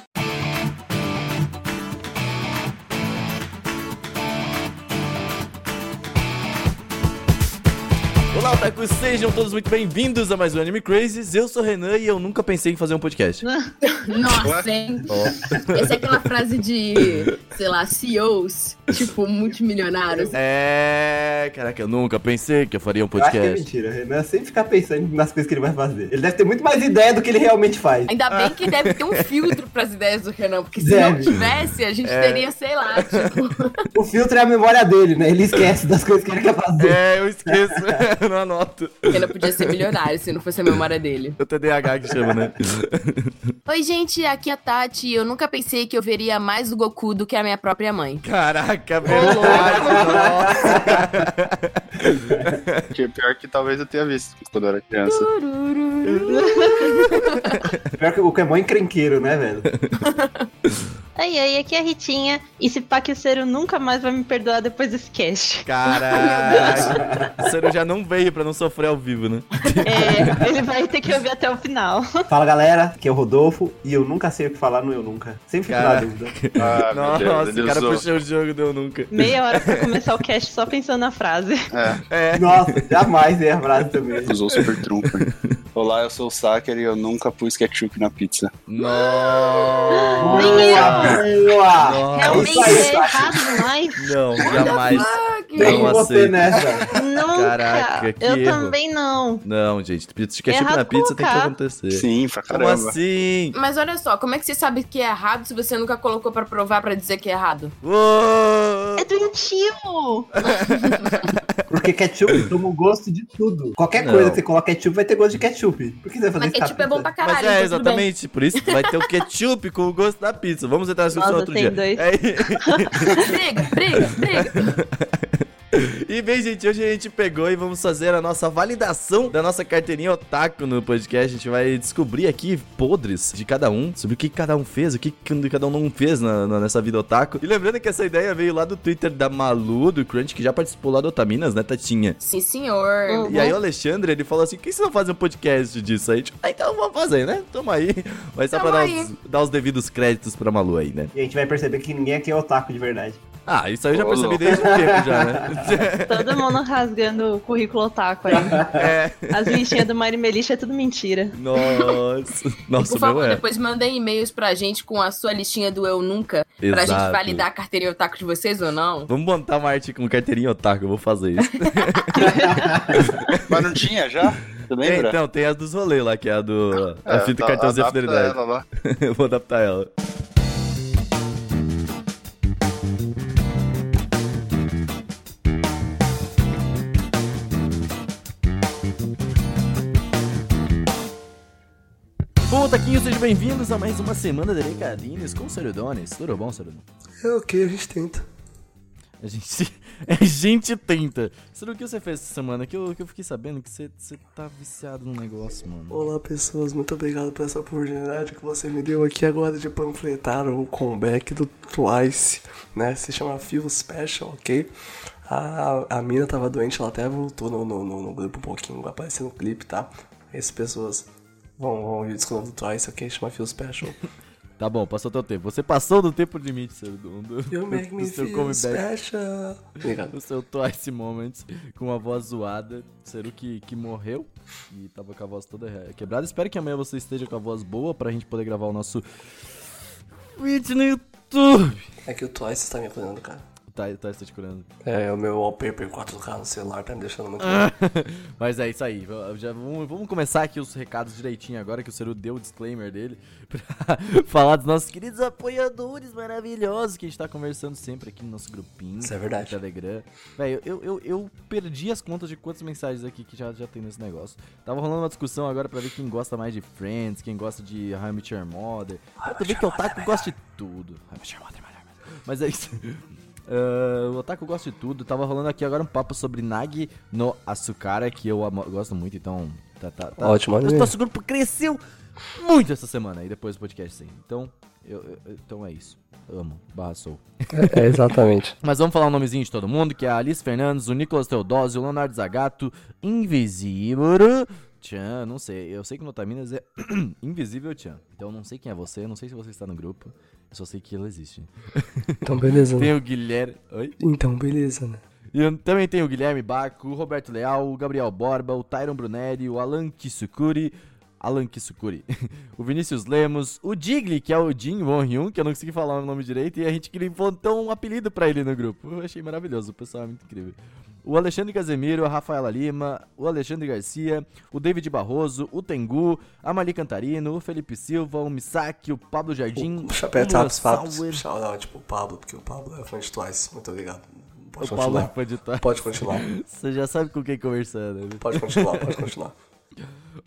り Olá, otakus, sejam todos muito bem-vindos a mais um Anime Crazy. Eu sou o Renan e eu nunca pensei em fazer um podcast. Nossa, hein? Essa é aquela frase de, sei lá, CEOs, tipo, multimilionários. É, caraca, eu nunca pensei que eu faria um Eu acho que é podcast. mentira. O Renan sempre fica pensando nas coisas que ele vai fazer. Ele deve ter muito mais ideia do que ele realmente faz. Ainda bem que deve ter um filtro pras ideias do Renan, porque se não Deve. tivesse, a gente teria, sei lá, tipo, O filtro é a memória dele, né? Ele esquece das coisas que ele quer fazer. É, eu esqueço, eu não anoto. o Renan podia ser milionário se não fosse a memória dele. É o TDAH que chama, né? Oi, gente, aqui é a Tati. Eu nunca pensei que eu veria mais o Goku do que a minha própria mãe. Caraca, verdade, nossa. Que é pior que talvez eu tenha visto quando eu era criança. Pior que o Goku é mó encrenqueiro, né, velho? Ai, ai, aqui é a Ritinha. E se pá que o Cero nunca mais vai me perdoar depois desse cast. Caraca. O Ciro já não veio pra não sofrer ao vivo, né? É, ele vai ter que ouvir até o final. Fala, galera. Aqui é o Rodolfo. E eu nunca sei o que falar no Eu Nunca. Sempre fico na Caraca. dúvida. Ah, meu Deus, Nossa, ele o cara usou. puxou o jogo, deu nunca. Meia hora pra começar o cast só pensando na frase. É, É. Nossa, jamais é a frase também. usou o Super Trooper. Olá, eu sou o Saker e eu nunca pus ketchup na pizza. Nem Nossa. Boa! Ah, Realmente isso aí, é tá. errado demais. Não, jamais. Tá Tem Não você aceito. nessa. Nunca. Caraca, que eu erro. também não. Não, gente, pizza- ketchup Errado na pizza tem que colocar. acontecer. Sim, pra Como caramba. assim? Mas olha só, como é que você sabe que é errado se você nunca colocou pra provar pra dizer que é errado? Uou! É doentio. Porque ketchup toma o gosto de tudo. Qualquer Não. coisa que você coloca ketchup vai ter gosto de ketchup. Por que você vai fazer Mas isso ketchup na é bom pra pizza? caralho, Mas é, então tudo bem. exatamente, por isso que vai ter o ketchup com o gosto da pizza. Vamos entrar nesse assunto Nossa, outro tem dia. dois. É, Briga, briga, briga. e bem, gente, hoje a gente pegou e vamos fazer a nossa validação da nossa carteirinha otaku no podcast. A gente vai descobrir aqui podres de cada um, sobre o que cada um fez, o que cada um não fez na- na- nessa vida otaku. E lembrando que essa ideia veio lá do Twitter da Malu, do Crunch, que já participou lá do Otaminas, né, Tatinha? Sim, senhor. Hum. E aí o Alexandre, ele falou assim, por que vocês não fazem um podcast disso? Aí, a gente, ah, então vamos fazer, né? Toma aí. Mas só Tamo pra dar aí. os, dar os devidos créditos pra Malu aí, né? E a gente vai perceber que ninguém aqui é otaku de verdade. Ah, isso aí eu já Ô, percebi louco. desde o tempo já, né? Todo mundo rasgando o currículo otaku aí. é. As listinhas do Mari Melissa é tudo mentira. Nossa. Tipo, Nossa, Por o meu favor, é. depois mandem e-mails pra gente com a sua listinha do Eu Nunca, pra gente Exato. validar a carteirinha otaku de vocês ou não. Vamos montar uma arte com carteirinha otaku, eu vou fazer isso. Mas não tinha já? Tu É, lembra? então, tem as dos rolês lá, que é a do... É, A fita tá, cartãozinho adapta fidelidade. ela lá. eu vou adaptar ela. Bom, Taquinho, sejam bem-vindos a mais uma semana de Recadinhos com Serudones. Tudo bom, Serudon? É ok, a gente tenta. A gente, a gente tenta. Seru, o que você fez essa semana? Que eu, que eu fiquei sabendo que você, você tá viciado num negócio, mano. Olá, pessoas, muito obrigado por essa oportunidade que você me deu aqui agora de panfletar o comeback do Twice, né? Se chama Feel Special, ok? A, a mina tava doente, ela até voltou no, no, no, no grupo um pouquinho, vai aparecer no clipe, tá? Essas pessoas vão, vão ouvir o disco novo do Twice, ok? Chama Feel Special. Tá bom, passou teu tempo. Você passou do tempo limite, Serudon. Do, You make me do seu feel comeback. special. Obrigado. no seu Twice Moments com uma voz zoada. Seru que, que morreu e tava com a voz toda quebrada. Espero que amanhã você esteja com a voz boa pra gente poder gravar o nosso vídeo no YouTube. É que o Twice está me apanhando, cara. Tá, o Twice tá te curando. É, o meu wallpaper 4K no celular tá me deixando muito... Mas é isso aí. v- Já vamos, vamos começar aqui os recados direitinho agora que o Seru deu o disclaimer dele pra falar dos nossos queridos apoiadores maravilhosos que a gente tá conversando sempre aqui no nosso grupinho. Isso é verdade. no Telegram. Véi, eu, eu, eu perdi as contas de quantas mensagens aqui que já, já tem nesse negócio. Tava rolando uma discussão agora pra ver quem gosta mais de Friends, quem gosta de How I Met Your Mother. Pra tu ver que o Otaku gosta de tudo. How I Met Your Mother é melhor, mas- Mas é isso. Ah, o Otaku gosta de tudo. Tava rolando aqui agora um papo sobre Nagi no Asukara, que eu amo- gosto muito, então Tá, tá, tá. Ótimo Mas anime. nosso grupo cresceu muito essa semana e depois do podcast sim. Então, eu, eu- então é isso. Amo, barra sou. É, exatamente. Mas vamos falar o nomezinho de todo mundo, que é a Alice Fernandes, o Nicolas Teodósio, o Leonardo Zagato, Invisível... Tchan, não sei. Eu sei que no Otaminas é Invisível Tchan. Então eu não sei quem é você, eu não sei se você está no grupo. Eu só sei que ela existe. Então, beleza, né? Tem o Guilherme... Oi? Então, beleza, né? E eu- também tem o Guilherme Baco, o Roberto Leal, o Gabriel Borba, o Tyron Brunelli, o Alan Kisukuri. Alan Kisukuri. o Vinícius Lemos, o Digli, que é o Jin Won Hyun, que eu não consegui falar o nome direito, e a gente queria inventar um apelido pra ele no grupo. Eu achei maravilhoso, o pessoal é muito incrível. O Alexandre Casemiro, a Rafaela Lima, o Alexandre Garcia, o David Barroso, o Tengu, a Mali Cantarino, o Felipe Silva, o Misaki, o Pablo Jardim, O Chapéu Lula Taps, Paps. Sauer. Shout out pro Pablo, porque tipo, o Pablo é fã de Twice. Muito obrigado. Pode O é Paulo continuar. pode estar. Pode continuar. Você já sabe com quem conversar, né? Pode continuar, pode continuar.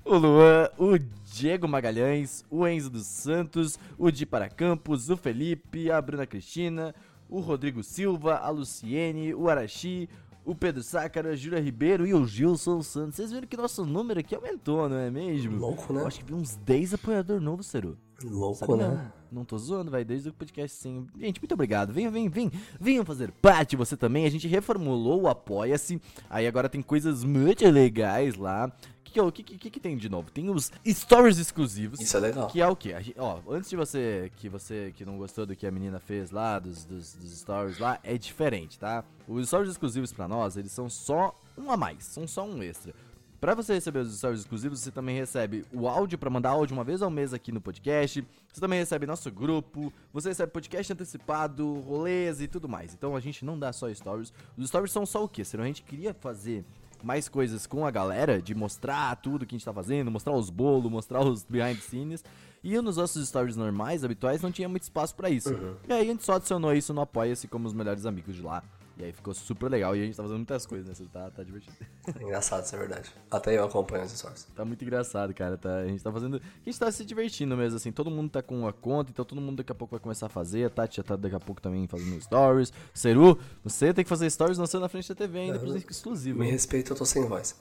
O Luan, o Diego Magalhães, o Enzo dos Santos, o Di Para Campos, o Felipe, a Bruna Cristina, o Rodrigo Silva, a Luciene, o Arashi, o Pedro Sácara, a Júlia Ribeiro e o Gilson Santos. Vocês viram que nosso número aqui aumentou, não é mesmo? Louco, né? Eu acho que vi uns 10 apoiadores novos, Seru. Louco, né? Não, não tô zoando, vai, desde o podcast sim. Gente, muito obrigado. Venham, venham, venham. Venham fazer parte, você também. A gente reformulou o Apoia-se. Aí agora tem coisas muito legais lá. O que, que é o- que, que, que que tem de novo? Tem os stories exclusivos. Isso é legal. Que é o quê? A gente- ó, antes de você que você que não gostou do que a menina fez lá, dos, dos, dos stories lá, é diferente, tá? Os stories exclusivos pra nós, eles são só um a mais, são só um extra. Pra você receber os stories exclusivos, você também recebe o áudio pra mandar áudio uma vez ao mês aqui no podcast. Você também recebe nosso grupo, você recebe podcast antecipado, rolês e tudo mais. Então a gente não dá só stories. Os stories são só o quê? Senão a gente queria fazer mais coisas com a galera, de mostrar tudo que a gente tá fazendo, mostrar os bolos, mostrar os behind the scenes. E nos nossos stories normais, habituais, não tinha muito espaço pra isso. E aí a gente só adicionou isso no Apoia-se como os melhores amigos de lá. E aí ficou super legal e a gente tá fazendo muitas coisas, né? Cê Tá, tá divertido. É engraçado, isso é verdade. Até eu acompanho esses stories. Tá muito engraçado, cara. Tá, a gente tá fazendo. A gente tá se divertindo mesmo, assim. Todo mundo tá com a conta, então todo mundo daqui a pouco vai começar a fazer. A Tati já tá daqui a pouco também fazendo stories. Seru, você tem que fazer stories lançando na frente da TV ainda, por isso que é exclusivo. Me respeita, eu tô sem voz.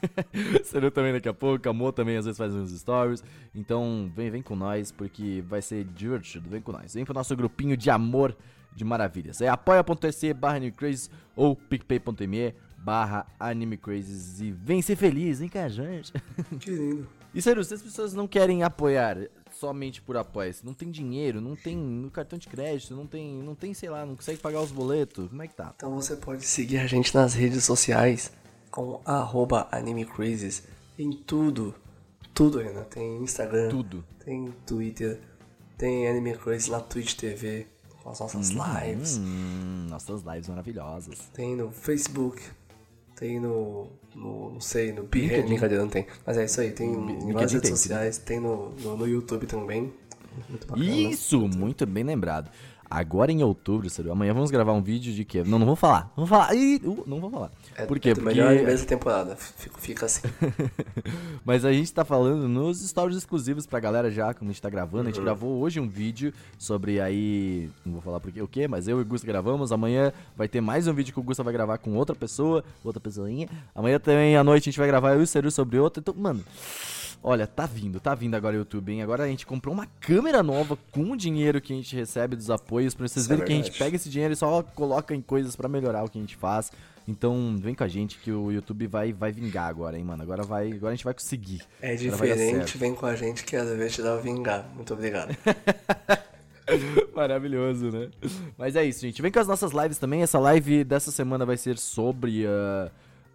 Seru também daqui a pouco, a Mo também às vezes faz uns stories. Então vem, vem com nós, porque vai ser divertido. Vem com nós. Vem pro nosso grupinho de amor de maravilhas. É apoia.se barra animecrazes ou picpay.me barra animecrazes e vem ser feliz, hein, cara, gente? Que lindo. E sério, se as pessoas não querem apoiar somente por apoia-se, não tem dinheiro, não tem no cartão de crédito, não tem, não tem, sei lá, não consegue pagar os boletos, como é que tá? Então você pode seguir a gente nas redes sociais com arroba animecrazes em tudo. Tudo, Renan. Tem Instagram, Tudo. tem Twitter, tem Anime Crazy na Twitch TV, com as nossas lives, Hum, nossas lives maravilhosas. tem no Facebook, tem no, no não sei, no Behance, brincadeira, não tem. Mas é isso aí, tem em LinkedIn várias redes tem, sociais, tem no, no, no YouTube também. Muito bacana. Isso, muito bem lembrado. Agora em outubro, sério, amanhã vamos gravar um vídeo de quê? Não, não vou falar. Vamos falar. Ih, uh, não vou falar. É por quê? do Porque melhor anime da temporada, fica, fica assim. Mas a gente tá falando nos stories exclusivos pra galera já, como a gente tá gravando. Uhum. A gente gravou hoje um vídeo sobre aí. Não vou falar porque o quê, mas eu e o Gusta gravamos. Amanhã vai ter mais um vídeo que o Gusta vai gravar com outra pessoa, outra pessoinha. Amanhã também à noite a gente vai gravar eu e o Seru sobre outro. Então, mano. Olha, tá vindo, tá vindo agora o YouTube, hein? Agora a gente comprou uma câmera nova com o dinheiro que a gente recebe dos apoios, pra vocês Isso é verem que a gente verdade. pega esse dinheiro e só coloca em coisas pra melhorar o que a gente faz. Então, vem com a gente que o YouTube vai, vai vingar agora, hein, mano? Agora vai, agora a gente vai conseguir. É Agora vai dar diferente, certo. vem com a gente que às vezes te dá vingar. Muito obrigado. Maravilhoso, né? Mas é isso, gente. Vem com as nossas lives também. Essa live dessa semana vai ser sobre ah,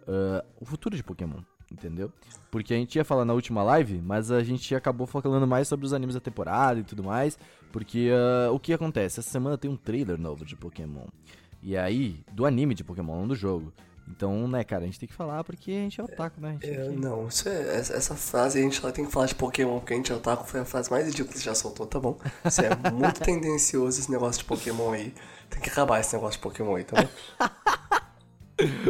ah, o futuro de Pokémon, entendeu? Porque a gente ia falar na última live, mas a gente acabou falando mais sobre os animes da temporada e tudo mais. Porque ah, o que acontece? Essa semana tem um trailer novo de Pokémon. E aí, do anime de Pokémon, não do jogo. Então, né, cara, a gente tem que falar porque a gente é otaku, né? A gente tem É, que- não, isso é, essa, essa frase a gente lá tem que falar de Pokémon, porque a gente é otaku, foi a frase mais ridícula que você já soltou, tá bom? Isso é muito tendencioso esse negócio de Pokémon aí. Tem que acabar esse negócio de Pokémon aí, tá bom?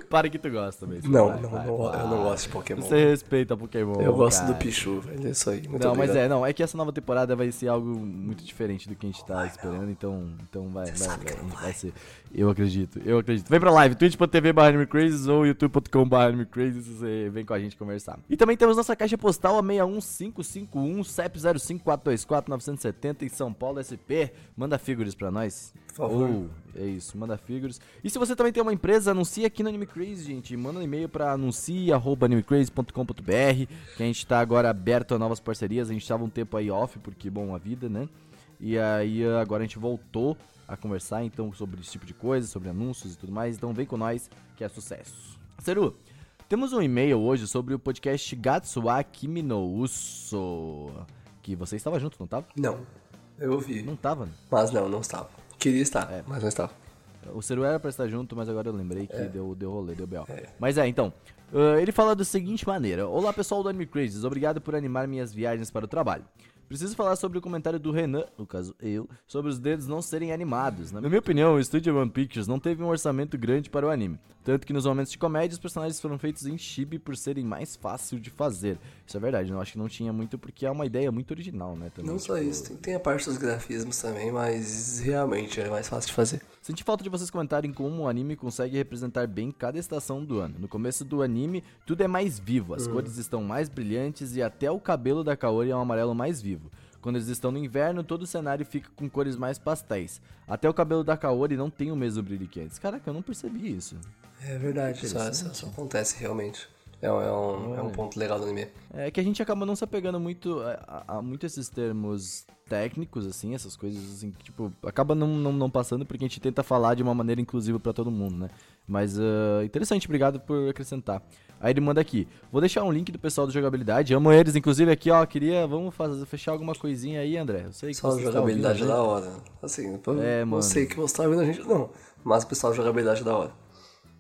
Para que tu gosta mesmo. Não, Vai, não, vai, não, vai. eu não gosto de Pokémon. Você respeita Pokémon. eu gosto cara. do Pichu, velho. É isso aí. Muito É Não, mas obrigado. é, não, é que essa nova temporada vai ser algo muito diferente do que a gente tá esperando, então, então vai, vai, vai, vai ser. Eu acredito, eu acredito. Vem pra live, twitch.tv animecrazes ou youtube.com animecrazes, você vem com a gente conversar. E também temos nossa caixa postal a 61551 CEP 05424-970 em São Paulo, SP. Manda figuras pra nós. Por favor. é isso, manda figuras. E se você também tem uma empresa, anuncia aqui no Anime Crazy, gente. Manda um e-mail pra anuncia.animecrazy.com.br que a gente tá agora aberto a novas parcerias. A gente tava um tempo aí off, porque, bom, a vida, né? E aí agora a gente voltou a conversar, então, sobre esse tipo de coisa, sobre anúncios e tudo mais. Então vem com nós, que é sucesso. Seru, temos um e-mail hoje sobre o podcast Gatsuwa Kimi no Uso. Que você estava junto, não tava? Não, eu ouvi. Não tava, né? Mas não, não estava. Queria estar, É, mas não estava. O Ceru era pra estar junto, mas agora eu lembrei que É. deu, deu rolê, deu B.O. Mas é, então. ah, ele fala da seguinte maneira: Olá pessoal do Anime Crazes, obrigado por animar minhas viagens para o trabalho. Preciso falar sobre o comentário do Renan, no caso eu, sobre os dedos não serem animados. Na minha opinião, o Studio One Pictures não teve um orçamento grande para o anime. Tanto que nos momentos de comédia, os personagens foram feitos em chibi por serem mais fácil de fazer. Isso é verdade, eu acho que não tinha muito, porque é uma ideia muito original, né? Também, Não só tipo, isso, tem, tem a parte dos grafismos também, mas realmente é mais fácil de fazer. Senti falta de vocês comentarem como o anime consegue representar bem cada estação do ano. No começo do anime, tudo é mais vivo, as cores estão mais brilhantes e até o cabelo da Kaori é um amarelo mais vivo. Quando eles estão no inverno, todo o cenário fica com cores mais pastéis. Até o cabelo da Kaori não tem o mesmo brilho que antes. Caraca, eu não percebi isso. É verdade, só, só, só acontece realmente. É, um- é um, é um ponto legal do anime. É que a gente acaba não se apegando muito a, a- a muito esses termos técnicos, assim, essas coisas assim, que, tipo, acaba não, não, não passando porque a gente tenta falar de uma maneira inclusiva pra todo mundo, né? Mas ah, interessante, obrigado por acrescentar. Aí ele manda aqui, vou deixar um link do pessoal do Jogabilidade, amo eles, inclusive aqui, ó, queria, vamos fazer, fechar alguma coisinha aí, André, eu sei que Só você tá jogabilidade ouvindo a da gente. hora. Assim, eu É, não mano. sei que você tá ouvindo a gente, não. Mas o pessoal jogabilidade é da hora.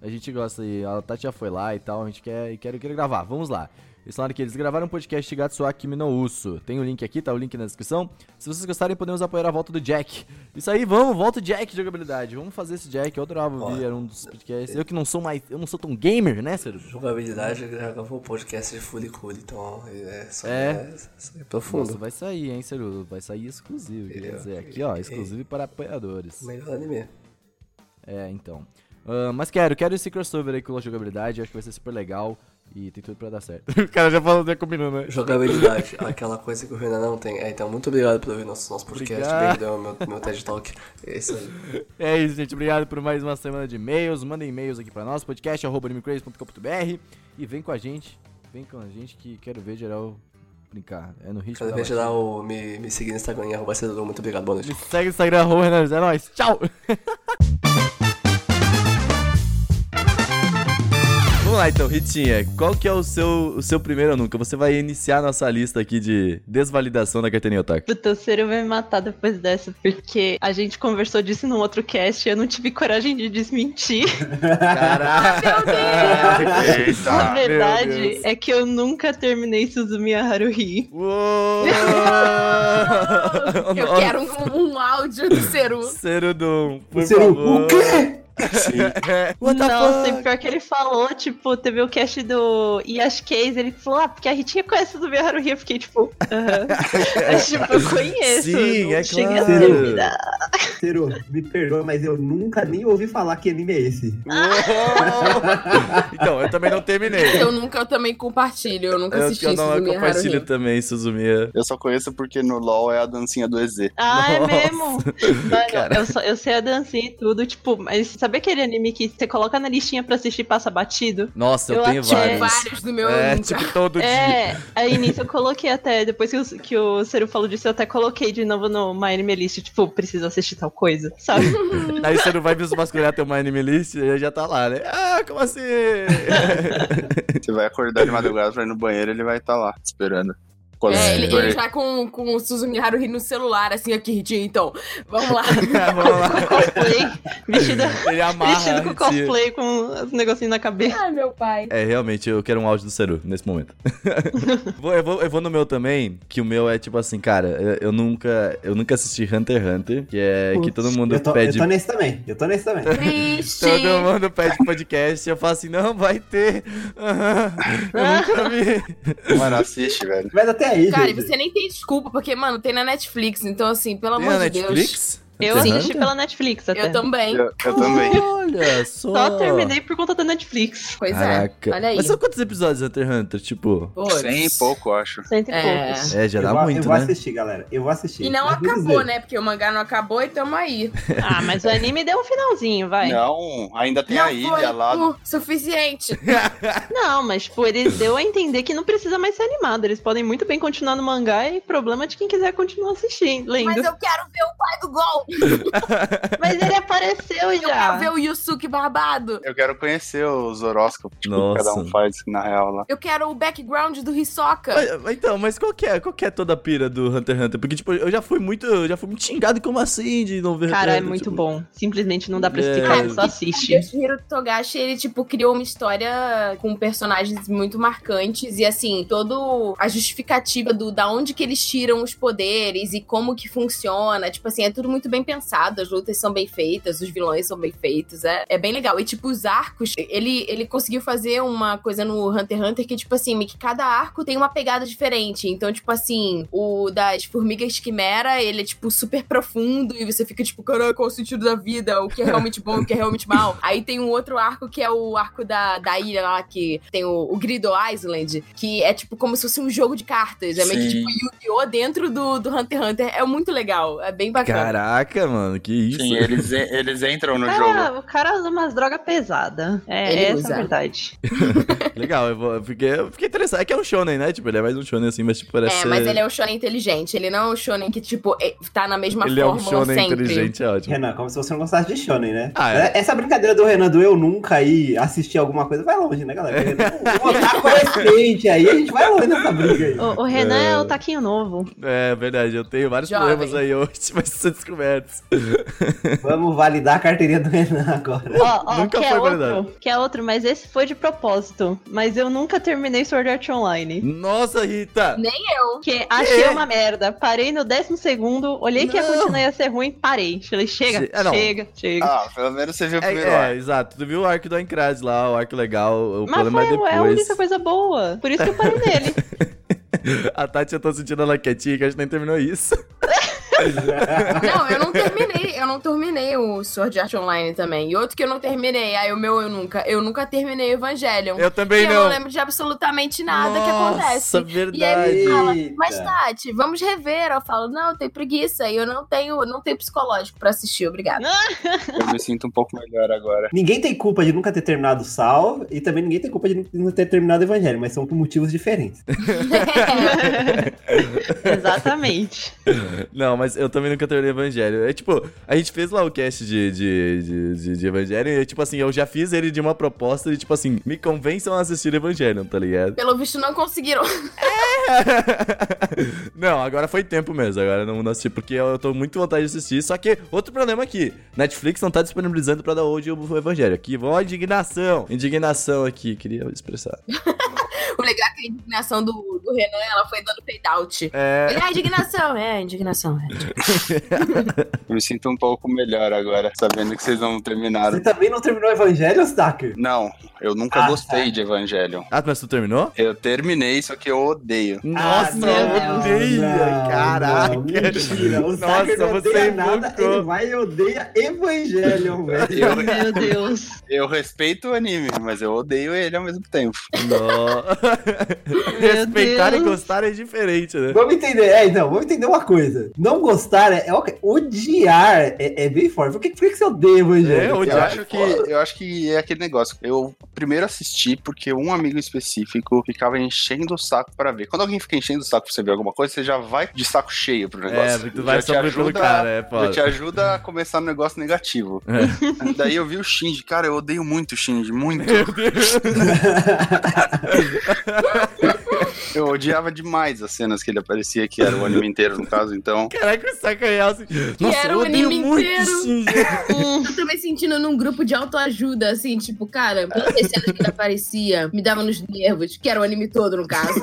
A gente gosta aí, a Tati já foi lá e tal, a gente quer, quer, quer gravar, vamos lá. Eles falaram que eles gravaram um podcast de Gatsuwa Kimi no Uso. Tem o link aqui, tá o link na descrição. Se vocês gostarem, podemos apoiar a volta do Jack. Isso aí, vamos, volta o Jack de jogabilidade. Vamos fazer esse Jack, eu adorava ouvir, era um dos podcasts. Eu que não sou mais, eu não sou tão gamer, né, Ciro? Jogabilidade gravou o um podcast de Furicuri, então é só É. é, só é profundo. Nossa, vai sair, hein, Ciro? Vai sair exclusivo, quer dizer, aqui ó, exclusivo para apoiadores. Melhor anime. É, então. Ah, mas quero, quero esse crossover aí com a jogabilidade, acho que vai ser super legal e tem tudo pra dar certo. o cara já falou, já combinou, né? Jogabilidade, aquela coisa que o Renan não tem. É, então, muito obrigado por ouvir nosso, nosso podcast. Obrigado. Bem que deu meu, meu TED Talk. É isso aí. É isso, gente. Obrigado por mais uma semana de e-mails. Mandem e-mails aqui pra nós, podcast podcast.animecrazy.com.br e vem com a gente. Vem com a gente que quero ver geral brincar. É no ritmo Cada da vez batida. geral, o- me, me seguir no Instagram em arroba Cedro. Muito obrigado, boa noite. Me segue no Instagram, arroba Renan Luiz. É nóis. Tchau! Vamos lá então, Ritinha. Qual que é o seu, o seu primeiro nunca? Você vai iniciar nossa lista aqui de desvalidação da carteirinha Otaku. Puta, o Ciro vai me matar depois dessa, porque a gente conversou disso num outro cast e eu não tive coragem de desmentir. Eita! a verdade Tá, Deus. é que eu nunca terminei Suzumi Haruhi. Uou! Eu quero um, um áudio do Ceru. Serudum, por Seru, favor. o quê? Nossa, e pior que ele falou, tipo, teve o cast do Yash Case, ele falou, ah, porque a Ritinha conhece Suzumi Haruhi, eu fiquei tipo, aham. Mas, tipo, eu conheço. Sim, não é cheguei a claro. terminar. Ciro, me perdoa, mas eu nunca nem ouvi falar que anime é esse. Uou! então, eu também não terminei. Eu nunca, eu também compartilho. Eu nunca Eu, assisti é eu isso não do eu Miyahara compartilho Rio. também, Suzumiya. Eu só conheço porque no LoL é a dancinha do EZ. Ah, Nossa. é mesmo? Mano, Cara. eu, só- eu sei a dancinha e tudo, tipo, mas sabe aquele anime que você coloca na listinha pra assistir e passa batido? Nossa, eu, Eu tenho achei vários. Vários do meu eu É, nunca. tipo, todo dia. É, aí nisso eu coloquei até, depois que, o- que o Ciro falou disso, eu até coloquei de novo no My Anime List, tipo, preciso assistir tal coisa, sabe? Aí você não vai me vasculhar teu My Anime List e já tá lá, né? Ah, como assim? Você vai acordar de madrugada pra ir no banheiro ele vai estar lá, te tá esperando. Quando É, ele, ele ele- já com, com o Suzumi Haruhi no celular, assim, aqui, Ritinho, então. Vamos lá. É, vamos lá. Cosplay. Vestido, Ele amarra. vestido com tira. cosplay, com os negocinhos na cabeça. Ai, meu pai. É, realmente, eu quero um áudio do Seru nesse momento. Vou- eu, vou, eu vou no meu também, que o meu é tipo assim, cara, eu, eu nunca eu nunca assisti Hunter x Hunter, que é que todo mundo Eu tô, pede eu tô nesse também. Eu tô nesse também. Triste. Todo mundo pede podcast, eu falo assim, não, vai ter. Aham, eu nunca vi. Mano, assiste, velho. Mas até aí, Cara, e gente. você nem tem desculpa, porque, mano, tem na Netflix. Então, assim, pelo Tem amor na de Deus. Netflix? Eu Hunter x assisti Hunter? pela Netflix até. Eu também. Eu, eu também. Olha só. Só terminei por conta da Netflix. Pois Caraca. é. Olha aí. Mas são quantos episódios Hunter x Hunter? Tipo. Puts. Cem e pouco, eu acho. Cento e É. poucos. É, já eu dá vou, eu muito, vou né? assistir, galera. Eu vou assistir. E não Mas vou acabou, dizer. né? Porque o mangá não acabou e tamo aí. Ah, mas o anime deu um finalzinho, vai. Não, Não, ainda tem não a ilha foi É lá. do- o suficiente. mas, tipo, ele deu a entender que não precisa mais ser animado. Eles podem muito bem continuar no mangá e problema de quem quiser continuar assistindo, lendo. Mas Mas, eu quero ver o pai do gol. ele apareceu Eu quero já. ver o Yusuke barbado. Eu quero conhecer os horóscopos tipo, Nossa. que cada um faz na real lá. Eu quero o background do Hisoka. Mas- mas Então, mas qual que, é, qual que é toda a pira do Hunter x Hunter? Porque, tipo, eu já fui muito. Eu já fui muito xingado como assim de não ver. Cara, é Hunter, muito tipo, bom. Simplesmente não dá pra É. explicar, Ah, só assiste. Yoshihiro Togashi, ele, tipo, criou uma história com personagens muito marcantes e, assim, todo a justificativa do da onde que eles tiram os poderes e como que funciona, tipo assim, é tudo muito bem pensado, as lutas são bem feitas, os vilões são bem feitos, é, é bem legal. E, tipo, os arcos, ele, ele conseguiu fazer uma coisa no Hunter x Hunter que, tipo assim, que cada arco tem uma pegada diferente, então, tipo assim, o das Formigas Quimera, ele é, tipo, super profundo e você fica, tipo, caraca, qual o sentido da vida? O que é realmente bom, o que é realmente mal? Aí tem um outro arco que é o arco da, da ilha lá, que tem o, o Grido Island, que é, tipo, como se fosse um jogo de cartas. É meio que, Sim. tipo, Yu-Gi-Oh! dentro do, do Hunter x Hunter. É muito legal, é bem bacana. Caraca, mano, que isso. Sim, eles, en- eles entram no Ah, jogo. Cara, Ah, o cara usa umas drogas pesadas. É, Ele essa usa. é a verdade. é Legal, eu, vou, eu fiquei, eu fiquei interessado. É que é um shonen, né? Tipo, ele é mais um shonen assim, mas tipo, parece. É, ser- mas ele é um shonen inteligente. Ele não é um shonen que, tipo, é- tá na mesma Ele é um fórmula shonen sempre. inteligente, é ótimo. Renan, como se você não gostasse de Shonen, né? Ah, é. Essa brincadeira do Renan do eu nunca ir assistir alguma coisa vai longe, né, galera? Porque O Otaku é excelente aí, a gente vai longe nessa briga aí. O, o Renan é... o taquinho novo. É verdade, eu tenho vários Jovem. problemas aí hoje, mas ser descobertos. Vamos validar a carteirinha do Renan agora. Ó, ó, Nunca que foi é verdade. outro, que é outro, mas esse foi de propósito. Mas eu nunca terminei Sword Art Online. Nossa, Rita! Porque achei É. uma merda. Parei no décimo segundo, olhei que a Não. continua ia ser ruim, parei. Falei, chega, Che- Ah, não. chega, chega. Ah, pelo menos você viu o É, primeiro é, arco. exato. Tu viu o arco do Aincrad lá, o arco legal, o Mas problema foi, é a é depois. única coisa boa. Por isso que eu parei nele. a Tati, eu tô sentindo ela quietinha, que a gente nem terminou isso. Não, eu não terminei, eu não terminei o Sword Art Online também. E outro que eu não terminei, aí o meu eu nunca, eu nunca terminei Evangelion. Eu também E eu não. não lembro de absolutamente nada que acontece. é Nossa, verdade. E aí, fala, Eita. mas Tati, vamos rever. Eu falo, não, eu tenho preguiça e eu não tenho, não tenho psicológico pra assistir, obrigada. Eu me sinto um pouco melhor agora. Ninguém tem culpa de nunca ter terminado Sal e também ninguém tem culpa de não ter terminado o Evangelho, mas são por motivos diferentes. Exatamente. Não, mas eu também nunca terminei Evangelho. É tipo, a gente fez lá o cast de, de, de, de- de Evangelho e, tipo assim, eu já fiz ele de uma proposta de, tipo assim, me convençam a assistir Evangelho, tá ligado? Pelo visto não conseguiram. não, agora foi tempo mesmo. Agora não, não assisti, porque eu, eu tô muito com vontade de assistir. Só que, outro problema aqui: Netflix não tá disponibilizando pra dar hoje o Evangelho. Aqui, vou à indignação. Indignação aqui, queria expressar. O legal é que a indignação do, do Renan, ela foi dando fade out. É. Ele, Ah, indignação, é, indignação. é. Eu me sinto um pouco melhor agora, sabendo que vocês não terminaram. Você também não terminou o Evangelho, Otaku? Não, eu nunca Ah, gostei de Evangelion. Ah, mas tu terminou? Eu terminei, só que eu odeio. Nossa, não, eu odeio! Ah, não, Caraca! não, mentira. O Otaku Nossa, não você é odeia nada, ele invocou. vai e odeia Evangelho, velho. Eu, Meu Deus. eu respeito o anime, mas eu odeio ele ao mesmo tempo. Nó. Respeitar e Deus. gostar é diferente, né? Vamos entender, é, então, vamos entender uma coisa. Não gostar é, é ok, odiar é, é bem forte. Por que, por que que você odeia É, Evangelho? odiar. Eu acho, que, eu acho que é aquele negócio. Eu primeiro assisti porque um amigo específico ficava enchendo o saco pra ver. Quando alguém fica enchendo o saco pra você ver alguma coisa, você já vai de saco cheio pro negócio. É, porque tu vai Já te sofrer pelo ajuda- cara, é já te foda. É. ajuda a começar um negócio negativo. Daí eu vi o Shinji. Cara, eu odeio muito o Shinji, muito. Meu Deus. Eu odiava demais as cenas que ele aparecia, que era o anime inteiro, no caso, então. Caraca, sacanagem. Assim. Nossa, era eu um o odeio anime muito inteiro. sim. Eu tô me sentindo num grupo de autoajuda, assim, tipo, cara, todas as cenas que ele aparecia me dava nos nervos, que era o anime todo, no caso.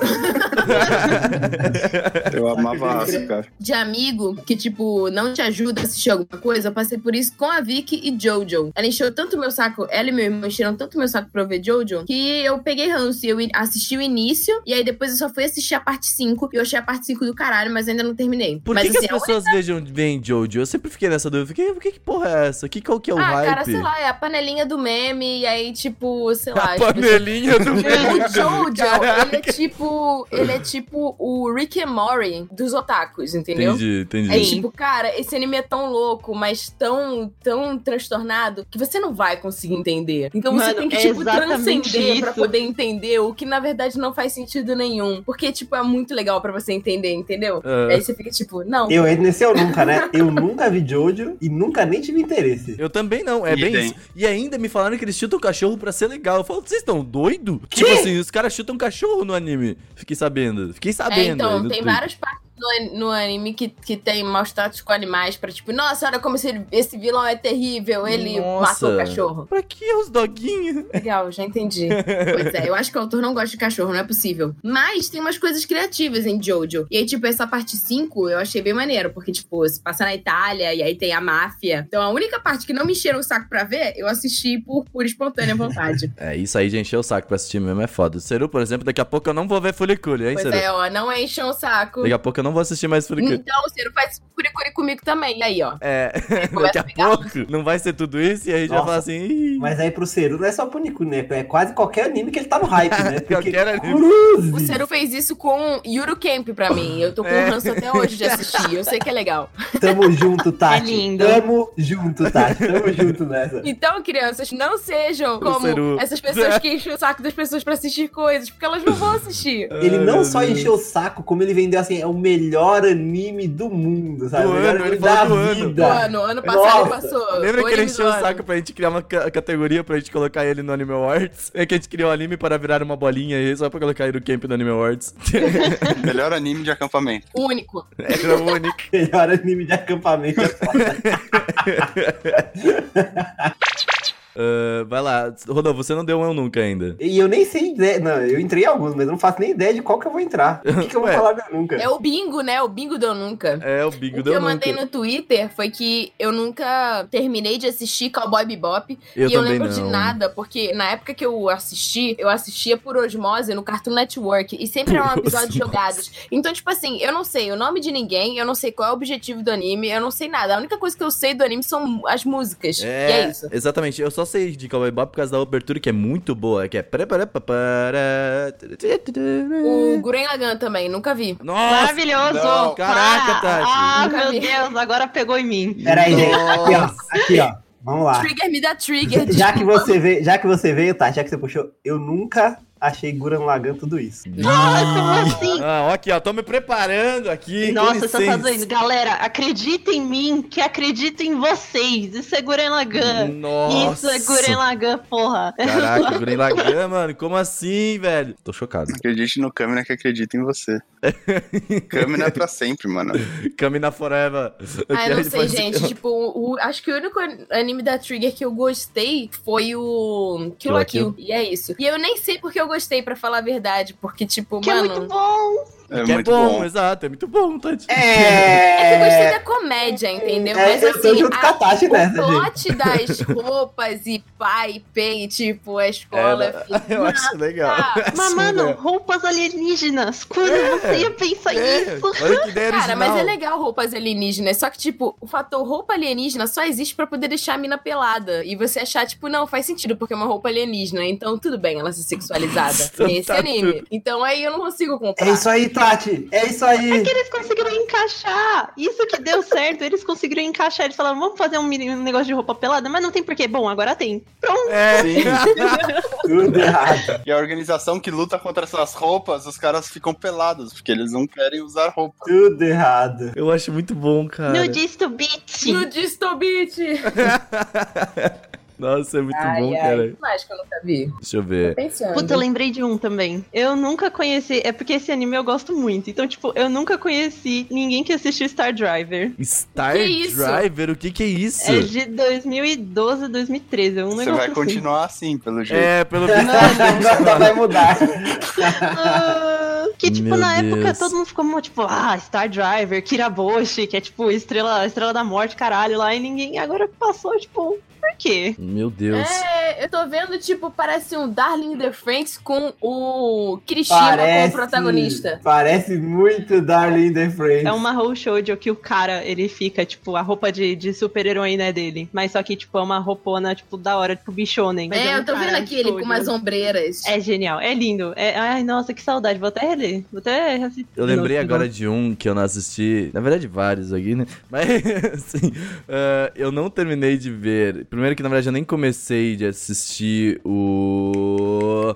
Eu amava aço, cara. De amigo que, tipo, não te ajuda a assistir alguma coisa, eu passei por isso com a Vicky e Jojo. Ela encheu tanto meu saco, ela e meu irmão encheram tanto meu saco pra eu ver Jojo, que eu peguei ranço e eu i- assisti o início, e aí depois eu só fui assistir a parte 5, e eu achei a parte 5 do caralho, mas ainda não terminei. Por mas que, que assim, as pessoas vejam bem Jojo? Eu sempre fiquei nessa dúvida. Fiquei, que, que porra é essa? Que, qual que é o ah, hype? cara, sei lá, é a panelinha do meme, e aí, tipo, sei lá. a as pessoas- panelinha do O Jojo, ele é Caraca. tipo. Ele é tipo o Rick and Morty dos otakus, entendeu? Entendi, entendi. É tipo, cara, esse anime é tão louco, mas tão, tão transtornado, que você não vai conseguir entender. Então você Mano, tem que, é tipo, exatamente transcender pra isso. poder entender o que, na verdade, não faz sentido nenhum. Porque, tipo, é muito legal pra você entender, entendeu? Ah. Aí você fica, tipo, não. Eu entro nesse eu nunca, né? Eu nunca vi Jojo e nunca nem tive interesse. Eu também não, é E bem tem. isso. E ainda me falaram que eles chutam o cachorro pra ser legal. Eu falo, vocês estão doido? Tipo assim, os caras chutam cachorro no anime. Fiquei sabendo. Fiquei É, sabendo. né, aí então, no tem Twitter. várias partes no, an- no anime que, que tem maus status com animais pra, tipo, nossa, olha como esse, esse vilão é terrível, ele Nossa. matou o cachorro. Pra que os doguinhos? Legal, já entendi. pois é, eu acho que o autor não gosta de cachorro, não é possível. Mas tem umas coisas criativas em Jojo. E aí, tipo, essa parte 5 eu achei bem maneiro, porque, tipo, se passa na Itália e aí tem a máfia. Então a única parte que não me encheram o saco pra ver, eu assisti por pura e espontânea vontade. É, isso aí de encher o saco pra assistir mesmo é foda. Seru, por exemplo, daqui a pouco eu não vou ver Fuliculi, hein, pois Seru? é, ó, não encham o saco. Daqui a pouco eu não vou assistir mais Fuliculi. Então, o Ciro faz curicuri comigo também. E aí, ó. É, daqui começa a a pegar. pouco não vai ser tudo isso e aí a gente vai Nossa. falar assim. "Ih, Mas aí pro Ceru não é só Punicune, né? É quase qualquer anime que ele tá no hype, né? Porque Qualquer anime. Cruze! O Ciro fez isso com Yuru Camp pra mim. Eu tô com É. ranço até hoje de assistir. Eu sei que é legal. Tamo junto, Tati. É lindo. Tamo junto, Tati. Tamo junto nessa. Então, crianças, não sejam como Ciro. essas pessoas que enchem o saco das pessoas pra assistir coisas, porque elas não vão assistir. Ele meu não só Deus. encheu o saco, como ele vendeu assim, é o melhor anime do mundo, sabe? Do o melhor ano, ele anime da falou do ano. vida. Ano, ano passado Nossa. passou. Lembra que ele anime do encheu o ano. saco pra gente criar uma ca- categoria pra gente colocar ele no Anime Awards? É que a gente criou o anime para virar uma bolinha aí, só pra colocar ele no camp no Anime Awards. Melhor anime de acampamento. Único. Era o único. Melhor anime de acampamento. Ah, vai lá. Rodolfo, você não deu um eu nunca ainda. e eu nem sei ideia. Não, eu entrei em alguns, mas eu não faço nem ideia de qual que eu vou entrar. O que, que eu vou Ué. falar da nunca? É o bingo, né? O bingo do Eu Nunca. É, o Big O que deu eu nunca. mandei no Twitter foi que eu nunca terminei de assistir Cowboy Bebop. Eu e eu também lembro de não. nada, porque na época que eu assisti, eu assistia por osmose no Cartoon Network. E sempre eram Por episódios osmose. jogados. Então, tipo assim, eu não sei o nome de ninguém, eu não sei qual é o objetivo do anime, eu não sei nada. A única coisa que eu sei do anime são as músicas. É, E é isso. Exatamente. Eu só sei de Cowboy Bebop por causa da abertura que é muito boa, que é O Guren Lagan também, nunca vi. Nossa! Maravilhoso! Não. Caraca, Tati. Ah, Nunca meu vi. Deus, agora pegou em mim. Peraí, gente. Aqui, ó. Aqui, ó. Vamos Ah. lá. Trigger me dá trigger. Já que você veio, já que você veio, Tati, já que você puxou, eu nunca achei Guran Lagan tudo isso. Nossa, como assim? Ah, ó aqui, ó, tô me preparando aqui. com Nossa, tá licença. fazendo. Galera, acredita em mim, que acredito em vocês. Isso é Guren Lagan. Isso Nossa. é Guren Lagan, porra. Caraca, Gurren Lagann, mano, como assim, velho? Tô chocado. Acredite no Câmera que acredita em você. Câmera é pra sempre, mano. Camina Forever. Aqui Ah, eu a não gente sei, faz- gente. Tipo, o- acho que o único anime da Trigger que eu gostei foi o Kill Kill la la Kill. E é isso. E eu nem sei porque eu gostei, pra falar a verdade. Porque, tipo, Que é mano. muito bom. É que é muito bom, bom. exato, é muito bom, Tati. É que eu gostei É. da comédia, entendeu? É, Mas eu tô assim, junto com a Tati nessa, o gente. plot das roupas e pai, e pei, tipo, a escola. Ela- fica- Eu acho legal. Ah, Mas, É Sim, né? mano, velho. roupas alienígenas. Quando você ia pensar É, nisso? olha que ideia Cara, original. mas é legal roupas alienígenas. Só que, tipo, o fator roupa alienígena só existe pra poder deixar a mina pelada. E você achar, tipo, não, faz sentido, porque é uma roupa alienígena. Então, tudo bem ela ser sexualizada Então nesse tá anime. tudo. Então aí eu não consigo comprar. É isso aí, Tati. É isso aí. que eles conseguiram encaixar. Isso que deu certo, eles conseguiram encaixar. Eles falaram, vamos fazer um, mini- um negócio de roupa pelada, mas não tem porquê. Bom, agora tem. Pronto. É. Tudo errado. E a organização que luta contra essas roupas, os caras ficam pelados, porque eles não querem usar roupa. Tudo errado. É, Eu acho muito bom, cara. Nudisto Beat. No Distobit! Nossa, é muito Ai, bom, ai, cara. que mais que eu nunca vi. Deixa eu Tô ver. pensando. Puta, eu lembrei de um também. Eu nunca conheci. É porque esse anime eu gosto muito. Então, tipo, eu nunca conheci ninguém que assistiu Star Driver. Star Que é isso? Driver, o que que é isso? É de 2012, 2013. É um Você negócio vai assim. continuar assim, pelo jeito. É, pelo visto. Nada vai mudar. Ah, que, tipo, Meu na época Deus. todo mundo ficou mó, tipo, ah, Star Driver, Kiraboshi, que é tipo estrela, estrela da morte, caralho, lá, e ninguém agora passou, tipo, por quê? Meu Deus. É, eu tô vendo, tipo, parece um Darling in the Franks com o Kirishima como protagonista. Parece muito Darling in the Franks. É uma Hou Shoujo que o cara, ele fica, tipo, a roupa de, de super-heroína é dele. Mas só que, tipo, é uma roupona, tipo, da hora, tipo, bichonen. Mas É, um eu tô cara vendo aqui ele com shoujo. umas ombreiras. É genial, é lindo. É- ai, nossa, que saudade. Vou até reler. Vou até assistir. Eu lembrei Nossa, agora de um que eu não assisti. Na verdade, vários aqui, né? Mas, assim, ah, eu não terminei de ver. Primeiro que, na verdade, eu nem comecei de assistir o.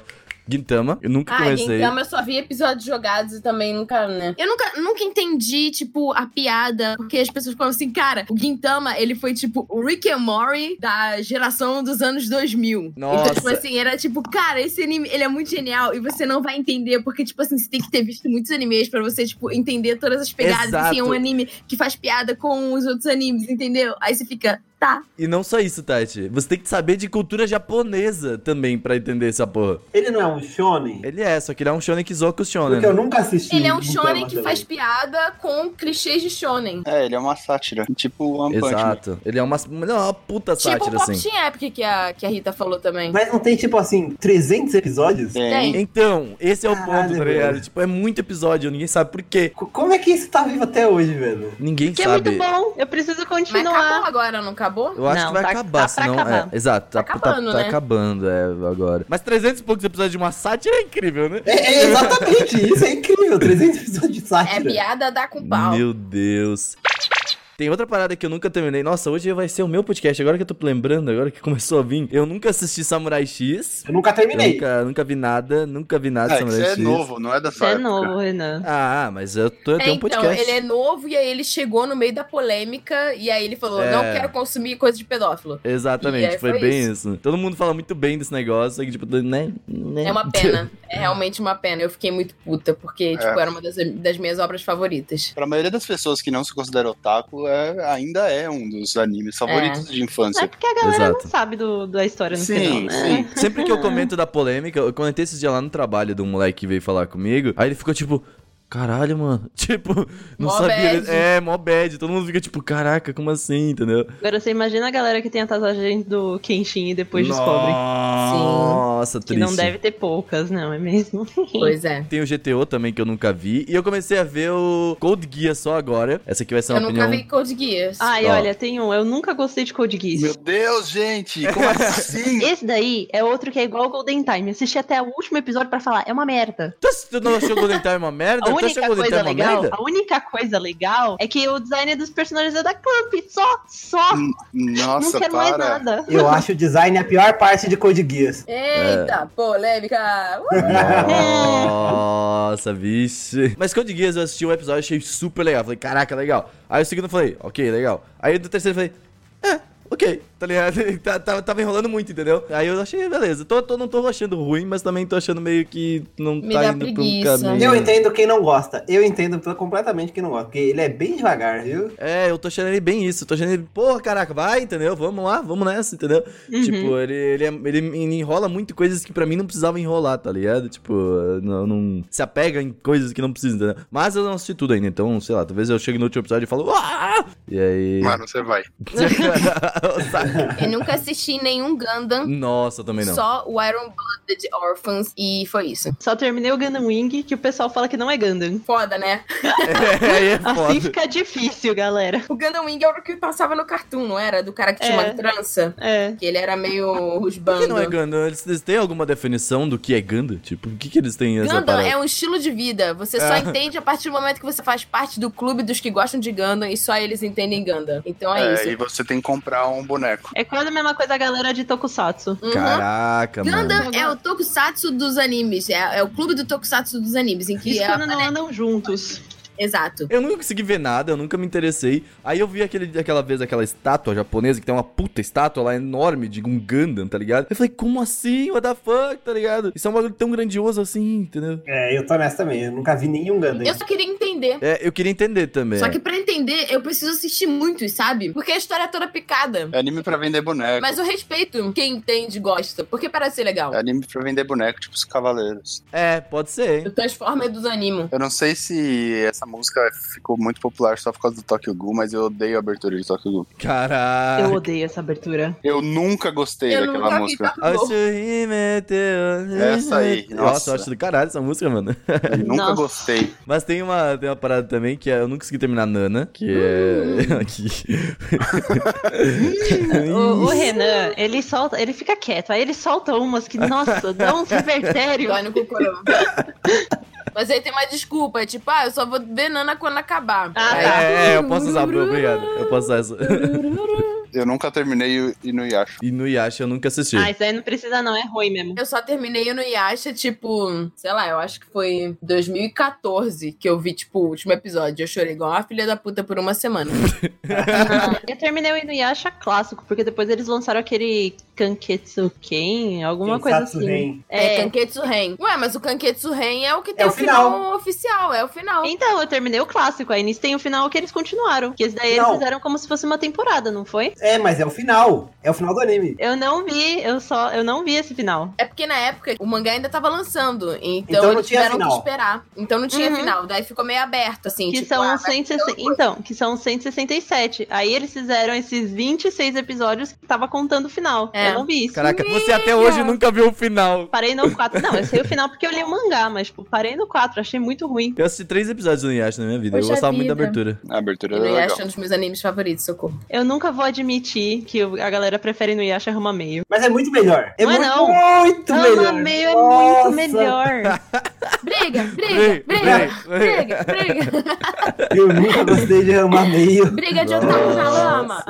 Gintama. Eu nunca Ah, comecei. Gintama eu só vi episódios jogados e também nunca, né? Eu nunca, nunca entendi, tipo, a piada, porque as pessoas falam assim, cara, o Gintama, ele foi, tipo, o Rick and Morty da geração dos anos 2000. Nossa. Então, tipo assim, era tipo, cara, esse anime, ele é muito genial e você não vai entender, porque, tipo assim, você tem que ter visto muitos animes pra você, tipo, entender todas as pegadas. Exato. Assim, é um anime que faz piada com os outros animes, entendeu? Aí você fica, tá. E não só isso, Tati. Você tem que saber de cultura japonesa também pra entender essa porra. Ele não é um shonen? Ele é, só que ele é um shonen que zoa com o shonen. né? Porque eu nunca assisti. Ele é um Gintama shonen que também. faz piada com clichês de shonen. É, ele é uma sátira. Tipo o One um Punch Man. Exato. Ele é uma, ele é uma puta tipo sátira, o Pop assim. Team Epic que a, que a Rita falou também. Mas não tem, tipo assim, 300 episódios? É. Tem. Então, esse é o Caralho, ponto, tá ligado? velho. Tipo, é muito episódio, ninguém sabe por quê. Co- Como é que isso tá vivo até hoje, velho? Ninguém Que é sabe. muito bom. Eu preciso Mas acabou continuar. agora, não acabou? Eu acho Não, que vai tá- acabar, tá pra senão. acabar. É, exato, tá, Tá tá acabando, tá né? acabando, é, agora. Mas 300 e poucos episódios de uma sátira é incrível, né? É, é exatamente isso, é incrível. 300 episódios de É sátira. piada dá com pau. Meu Deus. Tem outra parada que eu nunca terminei. Nossa, hoje vai ser o meu podcast. Agora que eu tô lembrando, agora que começou a vir. Eu nunca assisti Samurai X. eu nunca Eu terminei. nunca, nunca vi nada, nunca vi nada É, de Samurai isso é X. novo, não é da Você é época. novo, Renan. Ah, mas eu, tô, eu É, tenho um então, podcast. ele é novo e aí ele chegou no meio da polêmica e aí ele falou: É. não quero consumir coisa de pedófilo. E é Exatamente, aí foi, foi bem isso. Todo mundo fala muito bem desse negócio, só que tipo, né? né? É uma pena. É realmente uma pena. Eu fiquei muito puta, porque, tipo, era uma das, das minhas obras favoritas. Pra maioria das pessoas que não se consideram otaku, é, ainda é um dos animes favoritos de É infância. porque a galera Exato. não sabe do, da história no final, Sim, né? sim. Sempre que eu comento da polêmica, eu comentei esse dia lá no trabalho de um moleque que veio falar comigo, aí ele ficou tipo, caralho, mano. Tipo, não Mó sabia. bad. É, mó bad. Todo mundo fica tipo, caraca, como assim, entendeu? Agora você imagina a galera que tem a tatuagem do Kenshin e depois descobre. Nossa, Que triste. não deve ter poucas, não, é mesmo? Pois é. Tem o GTO também que eu nunca vi. E eu comecei a ver o Cold Geass só agora. Essa aqui vai ser Eu uma nunca opinião. vi Code Geass. Ai, Ó. olha, tem um. Eu nunca gostei de Code Meu Geass. Deus, gente! Como assim? Esse daí é outro que é igual ao Golden Time. Assisti até o último episódio pra falar, é uma merda. Tu ass- Tu não achou Golden Time uma merda? Tá A tu única achou Golden Time coisa uma legal, merda? a única coisa legal é que o design dos personagens é da Clamp, só, só. Hum, Nossa, não quero para. mais nada. Eu acho o design a pior parte de Code Geass. É. Eita, polêmica! Uh! Ah. É, Nossa, vixe. Mas Code Geass eu assisti um episódio, achei super legal. Falei, caraca, legal. Aí o segundo eu falei, ok, legal. Aí do terceiro eu falei, é, ok, tá ligado? Tá- tá- tava enrolando muito, entendeu? Aí eu achei, beleza. Tô, tô- não tô achando ruim, mas também tô achando meio que não Me tá dá indo pra um preguiça. caminho. Eu entendo quem não gosta. Eu entendo completamente quem não gosta. Porque ele é bem devagar, viu? É, eu tô achando ele bem isso. Tô achando ele, porra, caraca, vai, entendeu? Vamos lá, vamos nessa, entendeu? Uhum. Tipo, ele, ele, é- ele, ele enrola muito coisas que pra mim não precisava enrolar, tá ligado? Tipo, não, não se apega em coisas que não precisa, entendeu? Mas eu não assisti tudo ainda, então, sei lá, talvez eu chegue no último episódio e falo, "Ah!" E aí. Mano, você vai. Sabe? Uh! Eu nunca assisti nenhum Gundam, Nossa, eu também não. só o Iron Blooded Orphans e foi isso. Só terminei o Gundam Wing, que o pessoal fala que não é Gundam. Foda, né? É, aí é Assim foda. fica difícil, galera. O Gundam Wing era o que passava no cartoon, não era? Do cara que tinha É. uma trança. É. Que ele era meio Por que rusbando. não é Gundam? Eles, eles têm alguma definição do que é Gundam? Tipo, o que, que eles têm essa Gundam parada? é um estilo de vida. Você só É. entende a partir do momento que você faz parte do clube dos que gostam de Gundam e só eles entendem Gundam. Então é, É, isso. e você tem que comprar um boneco. É quase a mesma coisa a galera de Tokusatsu. Uhum. Caraca, mano. Gundam é o tokusatsu dos animes. É, é o clube do tokusatsu dos animes, em que Isso é, quando não andam juntos. Exato. Eu nunca consegui ver nada, eu nunca me interessei. Aí eu vi aquele, aquela vez aquela estátua japonesa, que tem uma puta estátua lá enorme de um Gundam, tá ligado? Eu falei, como assim? What the fuck, tá ligado? Isso é um bagulho tão grandioso assim, entendeu? É, eu tô nessa também. Eu nunca vi nenhum Gundam. Eu só queria entender. É, eu queria entender também. Só que pra entender, eu preciso assistir muitos, sabe? Porque a história é toda picada. É anime pra vender boneco. Mas eu respeito quem entende e gosta, porque parece ser legal. É anime pra vender boneco, tipo os Cavaleiros. É, pode ser, hein? O Transformer dos animo. Eu não sei se essa música ficou muito popular só por causa do Tokyo Ghoul, mas eu odeio a abertura de Tokyo Ghoul. Eu Caraca. odeio essa abertura. Eu nunca gostei Eu daquela nunca vi música. Tokyo Ghoul. Essa aí, Nossa, nossa. eu acho do caralho essa música, mano. Eu nunca Nossa. gostei. Mas tem uma, tem uma parada também que é, eu nunca consegui terminar Nana, que é. Aqui. O, o Renan, ele solta, ele fica quieto, aí ele solta umas que, nossa, dá um revertério. Dói no cocorô. Mas aí tem uma desculpa, é tipo, ah, eu só vou ver Nana quando acabar. Ah, É, tá. é, é, eu posso usar, obrigado. Eu posso usar essa. Eu nunca terminei o Inuyasha. e no Yasha eu nunca assisti. Ah, isso aí não precisa não, é ruim mesmo. Eu só terminei no Yasha, tipo, sei lá, eu acho que foi 2014 que eu vi, tipo, o último episódio. Eu chorei igual uma filha da puta por uma semana. Eu terminei o Inuyasha clássico, porque depois eles lançaram aquele Kanketsu Ken, alguma Quem coisa sabe assim. vem. É, É, Kanketsu Ren. Ué, mas o Kanketsu Ren é o que tem o o final. final. oficial, é o final. Então, eu terminei o clássico, aí nisso tem o final que eles continuaram. Que esse daí Não. eles fizeram como se fosse uma temporada, não foi? É, mas é o final. É o final do anime. Eu não vi, eu só, eu não vi esse final. É porque na época o mangá ainda tava lançando, então, Então não eles tinha tiveram que final. esperar. Então não tinha Uhum. final, daí ficou meio aberto, assim. Que tipo, são ah, vai- 160, então, que são 167. Aí eles fizeram esses 26 episódios que tava contando o final. É. Eu não vi isso. Caraca, você até hoje nunca viu o final. Parei no 4. Não, eu sei o final porque eu li o mangá, mas tipo, parei no 4, achei muito ruim. Eu assisti três episódios do Yasha na minha vida. eu Poxa gostava muito da vida. abertura. A abertura era legal. Inuyasha é um dos meus animes favoritos, socorro. Eu nunca vou admitir que o- a galera prefere no Yasha Rama Meio. Mas é muito melhor. É Não é muito, não. muito melhor. Rama Meio é Nossa. muito melhor. Briga, briga, Briga, briga, briga. briga, briga. Eu nunca gostei de ramar meio. Briga de otaku na lama.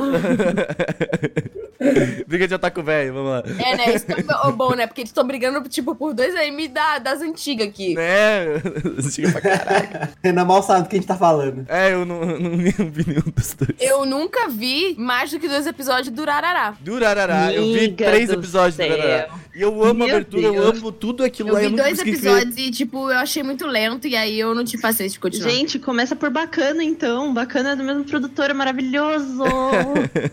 Briga de ataco velho, vamos lá. É, né? Isso que é o bom, né? Porque eles estão brigando, tipo, por dois animes da, das antigas aqui. Né? Chega pra cá. Renan mal sabe do que a gente tá falando. É, eu não, não, não vi nenhum dos dois. Eu nunca vi mais do que dois episódios do Rarará. Durarará, eu vi Amiga três do episódios do céu. Durarará. E eu amo a Meu abertura, eu Deus. amo tudo aquilo Eu lá. vi nunca dois consegui ver. episódios e, tipo, eu achei muito lento, e aí eu não tive paciência de continuar. Gente, começa por Bacana, então. Bacana é do mesmo produtor, é maravilhoso.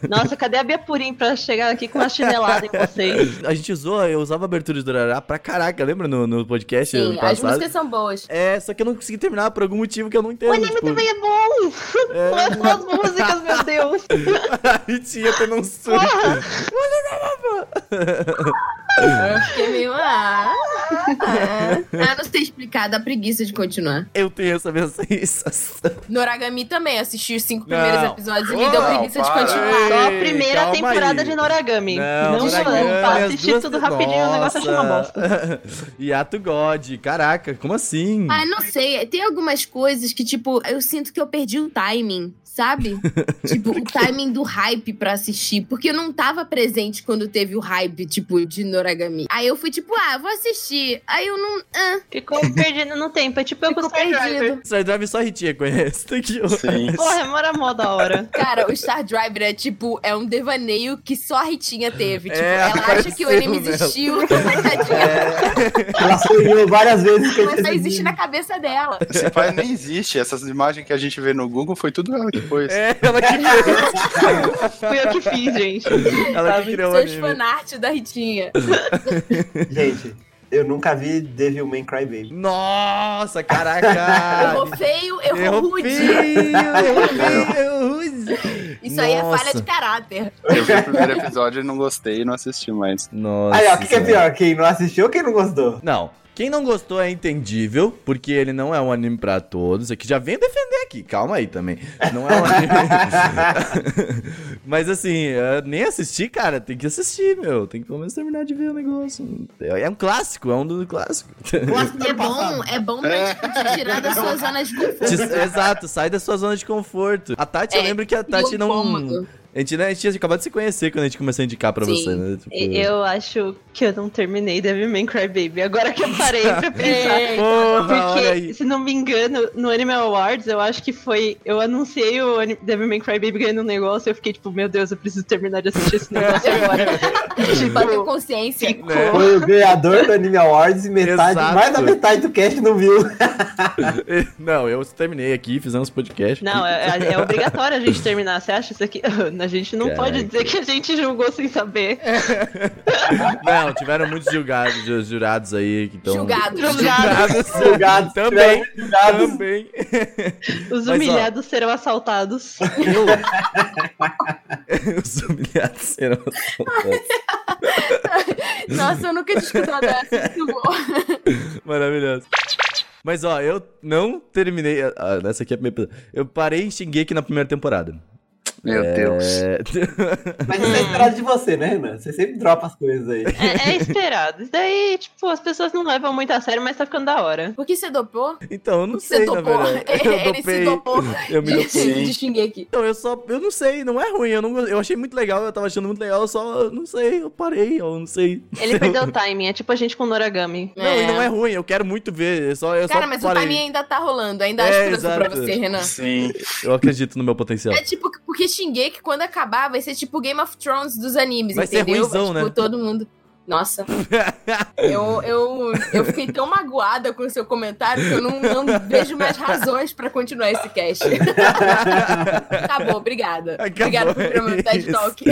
Nossa, cadê a Bia Purim pra chegar aqui com uma chinelada em vocês? A gente usou, eu usava a abertura de Durarará pra caraca, lembra no, no podcast Sim, ano as passado? músicas são boas. É, só que eu não consegui terminar por algum motivo que eu não entendo. O anime tipo, também é bom! Não é só as músicas, meu Deus! e tinha eu não sei. Eu fiquei meio. Ah, ah. Ah, não sei explicar, dá preguiça de continuar. Eu tenho essa mesma sensação. Noragami também, assisti os cinco primeiros Não. episódios e me deu Não, preguiça de para. continuar. Só a Ei, primeira calma temporada aí. de Noragami. Não, Não, Dragão, mano, pra as assistir duas- tudo rapidinho, o negócio achou uma bosta. Nossa. Yato God, caraca, como assim? Ah, não sei. Tem algumas coisas que, tipo, eu sinto que eu perdi o timing, sabe? tipo, o timing do hype pra assistir. Porque eu não tava presente quando teve o hype, tipo, de Noragami. Aí eu fui, tipo, ah, vou assistir. Aí eu não. Ah, Ficou perdido no tempo. É tipo eu com Ficou o perdido. perdido. Star Drive só Ritinha conhece. Tem que Sim. Porra, é mora mó da hora. Cara, o Star Driver é tipo, é um devaneio que só a Ritinha teve. Tipo, É, ela acha que o anime apareceu É. existiu, mas tadinha, Ela sonhou várias vezes que eu mas só percebi. existe na cabeça dela. Esse pai nem existe. Essas imagens que a gente vê no Google foi tudo ela que pôs. É, ela que criou, Fui eu que fiz, gente. ela que criou o Seus anime. fanart da Ritinha. Gente, eu nunca vi Devilman Crybaby. Nossa, caraca! Errou feio, errou Ah. Errou rude. feio, errou feio, errou rude. Isso aí é falha Nossa. de caráter. Eu vi o primeiro episódio e não gostei e não assisti mais. Nossa. Aí, ó, o que, que é senhora. pior? Quem não assistiu ou quem não gostou? Não. Quem não gostou é entendível, porque ele não é um anime pra todos. Aqui já venho defender aqui, calma aí também. Não é um anime. Mas assim, eu nem assisti, cara, tem que assistir, meu. Tem que pelo menos terminar de ver o negócio. É um clássico, é um do clássico. é bom, é bom pra tipo, te tirar da sua zona de conforto. Exato, sai da sua zona de conforto. A Tati, eu É, lembro que a E Tati o não. cômodo. A gente, né, a gente tinha acabado de se conhecer quando a gente começou a indicar pra Sim. você, né? Tipo, Eu acho que eu não terminei Devilman Crybaby. Agora que eu parei pra pensar. Porra, olha Porque, aí. se não me engano, no Animal Awards, eu acho que foi. Eu anunciei o Ani- Devilman Crybaby ganhando um negócio e eu fiquei tipo, meu Deus, eu preciso terminar de assistir esse negócio agora. Bateu tipo, consciência. Né? Foi o ganhador do Anime Awards e metade, Exato. mais da metade do cast não viu. Não, eu terminei aqui, fizemos podcast. não, é, é obrigatório a gente terminar. Você acha isso aqui? A gente não pode dizer que a gente julgou sem saber. É. Não, tiveram muitos julgados, ju- jurados aí que estão. Julgados. Julgados. Julgados. Também. Tiveram julgados. Também. Os Mas, ó. humilhados serão assaltados. Os humilhados serão assaltados. Nossa, eu nunca tinha escutado essa. Muito bom. Maravilhoso. Mas ó, eu não terminei. Ah, essa aqui é a primeira. Eu parei e xinguei aqui na primeira temporada. Meu Deus. É... Mas isso é esperado de você, né, Renan? Você sempre dropa as coisas aí. É, é esperado. Isso daí, tipo, as pessoas não levam muito a sério, mas tá ficando da hora. Por que você dopou? Então, eu não Você sei, na dopou. verdade. Eu Ele dopei. se dopou. Eu me dopei. Gente, de xinguei aqui. Então, eu só. Eu não sei, não é ruim. Eu, não, eu achei muito legal, eu tava achando muito legal, eu só. eu Não sei, eu parei, eu não sei. Ele perdeu o timing, é tipo a gente com Noragami. Não, e não é ruim, eu quero muito ver. Eu só, eu Cara, só mas parei. o timing ainda tá rolando. Ainda há É, esperança pra exato. você, Renan. Sim. Eu acredito no meu potencial. É tipo, porque xinguei que quando acabar vai ser tipo Game of Thrones dos animes, Vai ser entendeu? ruinzão, Vai, tipo, né? todo mundo. Nossa. eu, eu, eu fiquei tão magoada com o seu comentário que eu não, não vejo mais razões pra continuar esse cast. Acabou, obrigada. Acabou, Obrigada é pelo programa do TED isso. Talk.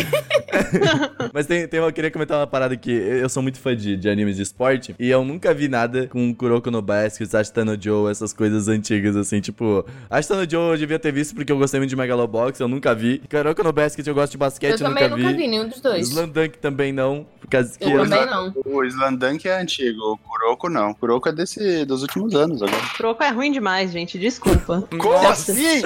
Mas tem, tem uma, eu queria comentar uma parada que eu sou muito fã de, de animes de esporte e eu nunca vi nada com Kuroko no Basket, Ashita no Joe, essas coisas antigas assim, tipo, Ashita no Joe eu devia ter visto porque eu gostei muito de Megalobox, eu nunca vi. Kuroko no Basket eu gosto de Eu basquete, eu, também nunca vi nenhum dos dois. Slandunk também não, por causa que Eu também não. O Slandank é antigo, o Kuroko não. O Kuroko é desse, dos últimos anos agora. Troco é ruim demais, gente. Desculpa. Como assim?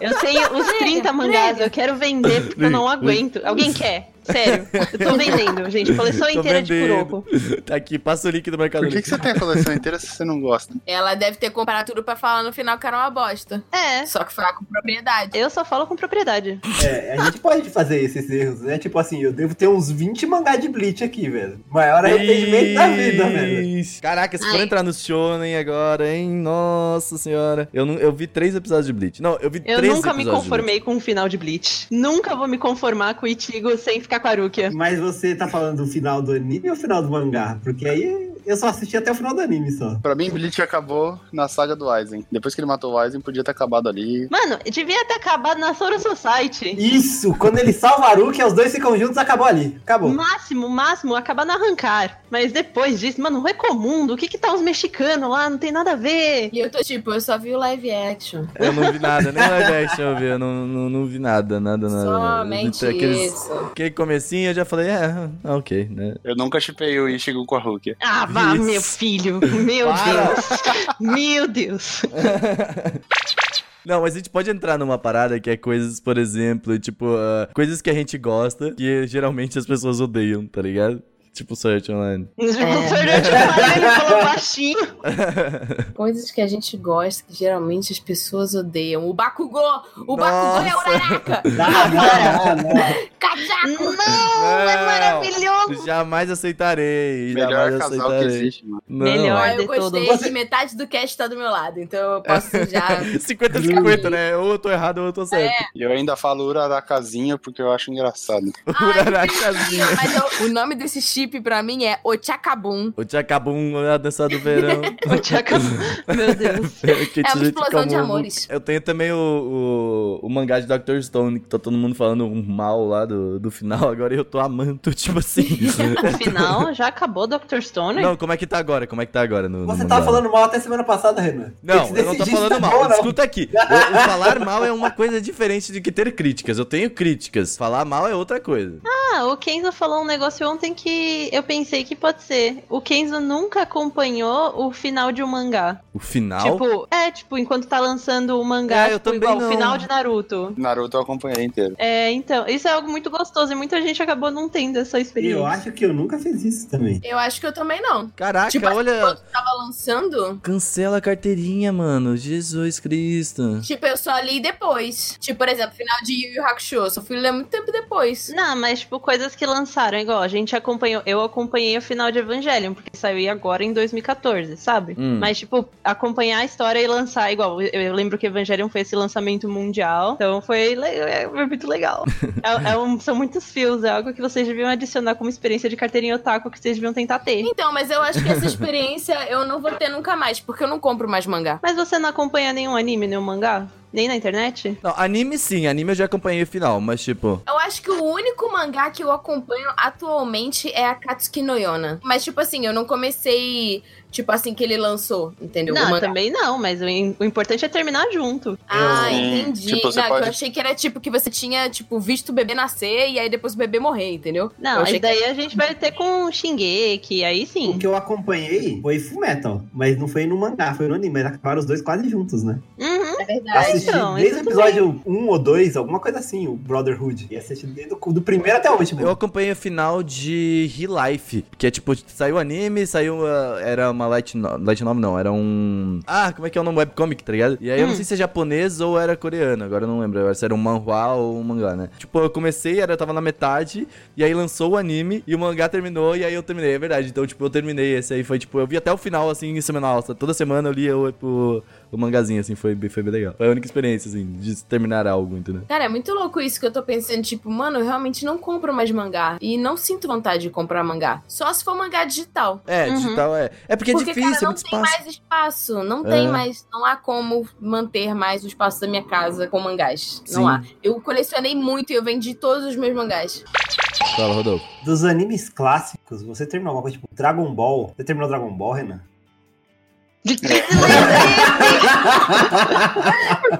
Eu tenho os 30 mangás, eu quero vender porque eu não aguento. Alguém quer? Sério. Eu tô vendendo, gente. Coleção Tô inteira de vendendo. Kuroko. Tá aqui, passa o link do Mercado Por que, Livre. que você tem a coleção inteira se você não gosta? Ela deve ter comprado tudo pra falar no final que era uma bosta. É. Só que falar com propriedade. Eu só falo com propriedade. É, a gente pode fazer esses erros, né? Tipo assim, eu devo ter uns 20 mangá de Bleach aqui, velho. Maior arrependimento da vida, velho. Ixi. Caraca, se for Ai. entrar no Shonen agora, hein? Nossa senhora. Eu, não, eu vi três episódios de Bleach. Não, eu vi Eu três nunca episódios de me Bleach. conformei com o final de Bleach. Nunca vou me conformar com o Ichigo sem ficar com a Rukia. Mas você tá falando do final do anime ou final do mangá? Porque aí eu só assisti até o final do anime só. Pra mim, Bleach acabou na saga do Aizen. Depois que ele matou o Aizen, podia ter acabado ali. Mano, devia ter acabado na Soro Society. Isso, quando ele salva a Rukia, os dois ficam juntos, acabou ali. Acabou. Máximo, máximo, acabar na arrancar. Mas depois disso, mano, não é comum. O que que tá os mexicanos lá? Não tem nada a ver. E eu tô tipo, eu só vi o live action. Eu não vi nada, nem live action eu vi, eu não, não, não vi nada, nada, nada. Somente Aqueles, isso. aquele comecinho eu já falei, é, ah, ok, né? Eu nunca chipei o Ichigo com a Rukia. Ah, vá, Isso. meu filho. Meu Para. Deus. Meu Deus. Não, mas a gente pode entrar numa parada que é coisas, por exemplo, tipo, ah, coisas que a gente gosta, que geralmente as pessoas odeiam, tá ligado? Tipo, Sword Online. O senhor te falou, ele falou baixinho. Coisas que a gente gosta, que geralmente as pessoas odeiam. O Bakugou! O Bakugou é Nossa. Uraraka! Dá, dá, dá, dá. Kajaku! Não, é Não. maravilhoso. Jamais aceitarei, Melhor jamais casal que aceitarei. existe, mano. Não. Melhor. Ó, de eu gostei todo. que metade do cast tá do meu lado, então eu posso já... 50-50, né? Ou eu tô errado ou eu tô certo. É. E eu ainda falo Urarakazinho porque eu acho engraçado. Ai, que Urarakazinho. bonitinho, Mas eu- o nome desse chip pra mim é Ochakabum. O Tchacabum, a dança do verão. O Tchaka- Meu Deus. Que É uma te- explosão que de eu- amores. Eu tenho também o, o, o mangá de Dr. Stone, que tá todo mundo falando mal lá do, do final agora, e eu tô amando, tô tipo assim. Afinal, já acabou Dr. Stone? não, como é que tá agora? Como é que tá agora? No, no Você mangá? tava falando mal até semana passada, Renan. Tem Não, que eu não tô decidir se falando tá bom mal. ou não. Escuta aqui. O, o falar mal é uma coisa diferente de que ter críticas. Eu tenho críticas. Falar mal é outra coisa. Ah, o Kenzo falou um negócio ontem que eu pensei que pode ser. O Kenzo nunca acompanhou o final de um mangá. O final. Tipo, é, tipo, enquanto tá lançando o mangá, É, eu tipo, também igual não. o final de Naruto. Naruto eu acompanhei inteiro. É, então, isso é algo muito gostoso e muita gente acabou não tendo E essa eu experiência. acho que eu nunca fiz isso também. Eu acho que eu também não. Caraca, Tipo, olha. Quando tava lançando, Cancela a carteirinha, mano. Jesus Cristo. tipo, eu só li depois. Tipo, por exemplo, final de Yu Yu Hakusho, eu só fui ler muito tempo depois. Não, mas tipo, coisas que lançaram, igual a gente acompanhou, eu acompanhei o final de Evangelion, porque saiu aí agora em 2014, sabe? Hum. Mas tipo, acompanhar a história e lançar, igual, eu, eu lembro que Evangelion foi esse lançamento mundial, então foi, le- é- foi muito legal. É- é um- são muitos fios, é algo que vocês deviam adicionar como experiência de carteirinha otaku que vocês deviam tentar ter. Então, mas eu acho que essa experiência eu não vou ter nunca mais, porque eu não compro mais mangá. Mas você não acompanha nenhum anime, nenhum mangá? Nem na internet? Não, anime sim, anime eu já acompanhei o final, mas tipo. Eu acho que o único mangá que eu acompanho atualmente é a Katsuki no Yona. Mas, tipo assim, eu não comecei, tipo assim, que ele lançou, entendeu? O não, mangá. também não, mas o, im- o importante é terminar junto. Ah, Sim. entendi. Tipo, você não, pode- eu achei que era tipo que você tinha, tipo, visto o bebê nascer e aí depois o bebê morrer, entendeu? Não, eu mas achei que... daí a gente vai ter com Shingeki, aí sim. O que eu acompanhei foi Fullmetal, mas não foi no mangá, foi no anime, mas acabaram os dois quase juntos, né? Uhum. É verdade. assisti então, desde o isso episódio 1 ou 2, alguma coisa assim, o Brotherhood. E assisti desde o, do primeiro até o último. Eu acompanhei o final de He Life, que é tipo, saiu anime, saiu. uh, Era uma light, no- light novel, não, era um. Ah, como é que é o nome? Webcomic, tá ligado? E aí eu não Hum. sei se é japonês ou era coreano, agora eu não lembro agora se era um manhua ou um mangá, né? Tipo, eu comecei, era, eu tava na metade, e aí lançou o anime, e o mangá terminou, e aí eu terminei, é verdade. Então, tipo, eu terminei, esse aí foi tipo, eu vi até o final, assim, em semanal, tá? toda semana eu lia o, o, o mangazinho, assim, foi, bem- foi bem legal. Foi a única experiência, assim, de terminar algo, entendeu? Cara, é muito louco isso que eu tô pensando. Tipo, mano, eu realmente não compro mais mangá. E não sinto vontade de comprar mangá. Só se for mangá digital. É, Uhum. digital é. É porque é Porque, difícil, cara, não muito tem espaço. mais espaço. Não É. tem mais. Não há como manter mais o espaço da minha casa com mangás. Sim. Não há. Eu colecionei muito e eu vendi todos os meus mangás. Fala, Rodolfo. Tipo, Dos animes clássicos, você terminou alguma coisa tipo Dragon Ball? Você terminou Dragon Ball, Renan? É.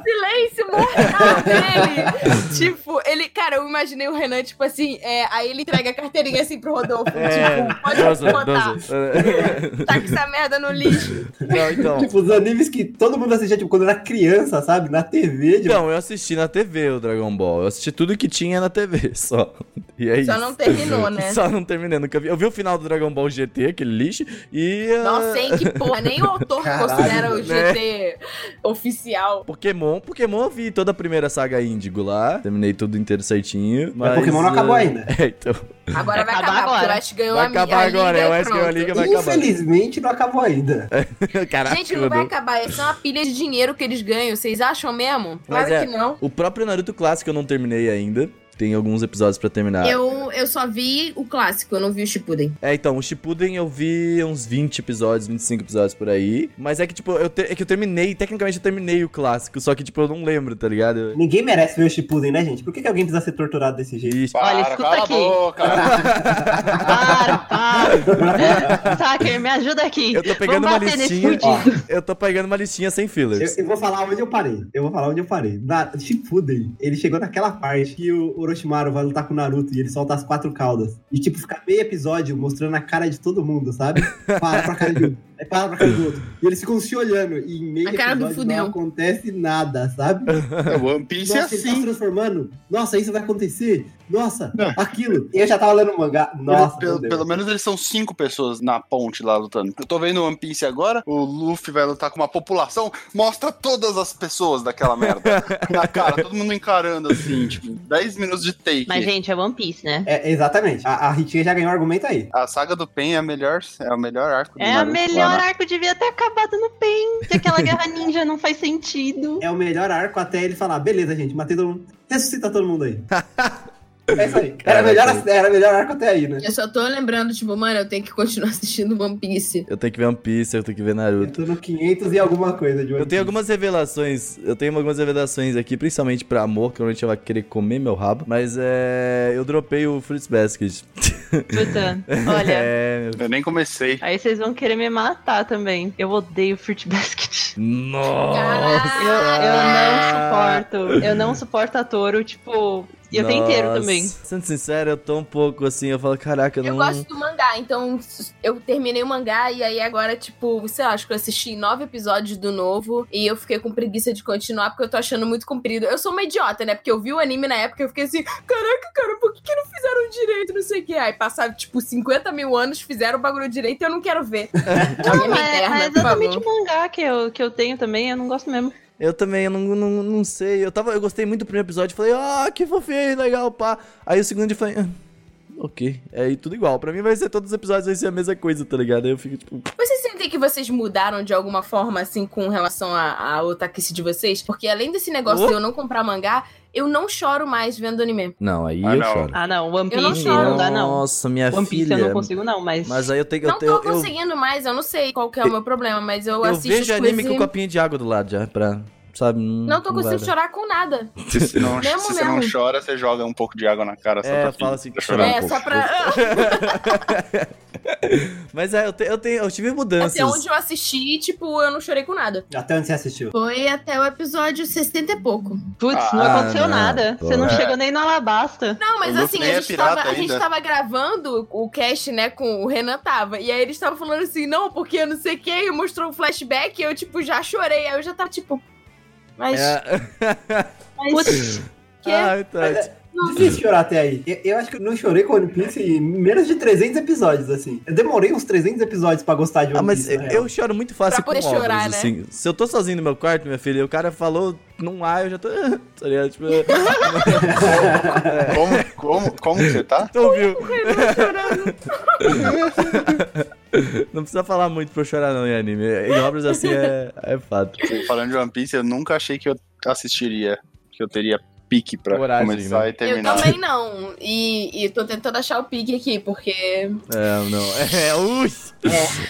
silêncio mortal dele. tipo, ele, cara, eu imaginei o Renan, tipo assim, é, aí ele entrega a carteirinha assim pro Rodolfo. É. tipo, pode botar. Tá com essa merda no lixo. Não, então. Tipo, os animes que todo mundo assistia, tipo, quando era criança, sabe? Na TV, tipo, Então, eu assisti na TV o Dragon Ball. Eu assisti tudo que tinha na TV, só. E é Só isso. não terminou, né? Só não terminei, nunca vi. Eu vi o final do Dragon Ball GT, aquele lixo, e. ah, Não sei que porra, nem o autor Caralho, considera o né? GT oficial. Pokémon, Pokémon eu vi toda a primeira saga Índigo lá. Terminei tudo inteiro certinho. Mas, mas Pokémon não ah, acabou ainda. É, então. Agora vai, Vai acabar acabar, porque agora. eu acho que ganhou Vai a minha. acabar agora, é eu e acho que ganhou a pronto. liga, vai acabar. Infelizmente não acabou ainda. Caraca, né? Gente, não vai Rodolfo. acabar. Essa é uma pilha de dinheiro que eles ganham. Vocês acham mesmo? Claro é. que não. O próprio Naruto clássico eu não terminei ainda. Tem alguns episódios pra terminar. Eu, eu só vi o clássico, eu não vi o Shippuden. É, então, o Shippuden eu vi uns 20 episódios, 25 episódios por aí. Mas é que, tipo, eu te- é que eu terminei, tecnicamente eu terminei o clássico, só que, tipo, eu não lembro, tá ligado? Eu- Ninguém merece ver o Shippuden, né, gente? Por que, que alguém precisa ser torturado desse jeito? Ixi. Olha, escuta cala aqui. a boca. Para, para. Tucker, me ajuda aqui. Eu tô pegando Vamos uma bater nesse listinha. fudido. Eu tô pegando uma listinha sem Eu, fillers. eu vou falar onde eu parei. Eu vou falar onde eu parei. Na Shippuden, ele chegou naquela parte que o Orochimaru vai lutar com o Naruto e ele solta as quatro caudas. E, tipo, fica meio episódio mostrando a cara de todo mundo, sabe? Para pra cara de um, aí para pra cara do outro. E eles ficam se olhando e em meio A cara do episódio fudeu. não acontece nada, sabe? O One Piece é Nossa, ele tá se assim. transformando. Nossa, isso vai acontecer. Nossa, Não. aquilo. E eu já tava lendo o mangá. Nossa, É. pelo, meu Deus. pelo menos eles são cinco pessoas na ponte lá lutando. Eu tô vendo o One Piece agora, o Luffy vai lutar com uma população, mostra todas as pessoas daquela merda na cara, todo mundo encarando assim, tipo, 10 minutos de take. Mas, gente, é One Piece, né? É, exatamente. A, a Ritinha já ganhou o argumento aí. A saga do Pen é a melhor, é o melhor arco do É o Naruto melhor lá, né? arco, devia ter acabado no PEN. Que aquela guerra ninja não faz sentido. É o melhor arco até ele falar, beleza, gente, matei todo mundo. Ressuscita todo mundo aí. É isso aí. Era Caraca. melhor, era melhor arco até aí, né? Eu só tô lembrando, tipo, mano, eu tenho que continuar assistindo One Piece. Eu tenho que ver One Piece, eu tenho que ver Eu Naruto. tô no 500 e alguma coisa de One Eu tenho Piece. algumas revelações, eu tenho algumas revelações aqui, principalmente pra amor, que provavelmente ela vai querer comer meu rabo. Mas é. Eu dropei o Fruits Basket. Puta, olha. É, meu. Eu nem comecei. Aí vocês vão querer me matar também. Eu odeio Fruit Basket. Nossa! Ah. Eu, eu não suporto. Eu não suporto a Toro, tipo. E eu tenho inteiro Nossa. também. Sendo sincero, eu tô um pouco assim, eu falo, caraca, eu Eu não. gosto do mangá, ah, então eu terminei o mangá e aí agora, tipo, sei lá, acho que eu assisti nove episódios do novo e eu fiquei com preguiça de continuar porque eu tô achando muito comprido. Eu sou uma idiota, né? Porque eu vi o anime na época e eu fiquei assim, caraca, cara, por que, que não fizeram direito, não sei o que. Aí passaram, tipo, 50 mil anos, fizeram o bagulho direito e eu não quero ver. Alguém Não, me é, interna, é por exatamente favor. o mangá que eu, que eu tenho também, eu não gosto mesmo. Eu também, eu não, não, não sei. Eu, tava, eu gostei muito do primeiro episódio, falei, ah, que fofinho, legal, pá. Aí o segundo eu falei, ah, ok. É e tudo igual. Pra mim vai ser todos os episódios, vai ser a mesma coisa, tá ligado? Aí eu fico tipo. Vocês sentem que vocês mudaram de alguma forma, assim, com relação a, a otakice de vocês? Porque além desse negócio Oh. de eu não comprar mangá, eu não choro mais vendo anime. Não, aí Ah, eu não. choro. Ah, não, One Eu não Piece não, choro. dá, não. Nossa, minha One Piece filha. eu não consigo, não, mas. Mas aí eu tenho que. Não Eu, tô eu, eu, conseguindo mais, eu não sei qual que é o meu problema, mas eu, eu assisto vejo as anime coisas com um e copinho de água do lado já, pra. Sabe? Não tô vai dar. conseguindo chorar com nada. Se, se não, se Mesmo, você não mesmo. chora, você joga um pouco de água na cara. Só É, pra fala assim, pra chorar um é, pouco. só pra. Mas é, eu, te, eu, tenho, eu tive mudanças. Até onde eu assisti, tipo, eu não chorei com nada. Até onde você assistiu? Foi até o episódio 60 e pouco. Putz, não Ah, aconteceu não, nada. pô. Você não É. chegou nem na alabasta. Não, mas O Luffy assim, nem a é gente, pirata tava, a gente ainda. tava gravando o cast, né, com o Renan tava. E aí eles estavam falando assim, não, porque eu não sei o que, e mostrou um flashback e eu, tipo, já chorei. Aí eu já tava, tipo. Mas. É... Putz, que- é? Ai, tá. Difícil chorar até aí. Eu, eu acho que eu não chorei com One Piece em menos de 300 episódios, assim. Eu demorei uns 300 episódios pra gostar de One Ah, mas Piece. na real. eu choro muito fácil Pra poder com obras, chorar, né? assim. Se eu tô sozinho no meu quarto, minha filha, e o cara falou num A, eu já tô... tá ligado? Tipo, um Como, como, como que você tá? então viu? não precisa falar muito pra eu chorar não em anime. Em obras assim é, é fato. Falando de One Piece, eu nunca achei que eu assistiria, que eu teria pique pra Coragem, começar né? e Eu terminar. também não. E, e tô tentando achar o pique aqui, porque. É, não. É, ui!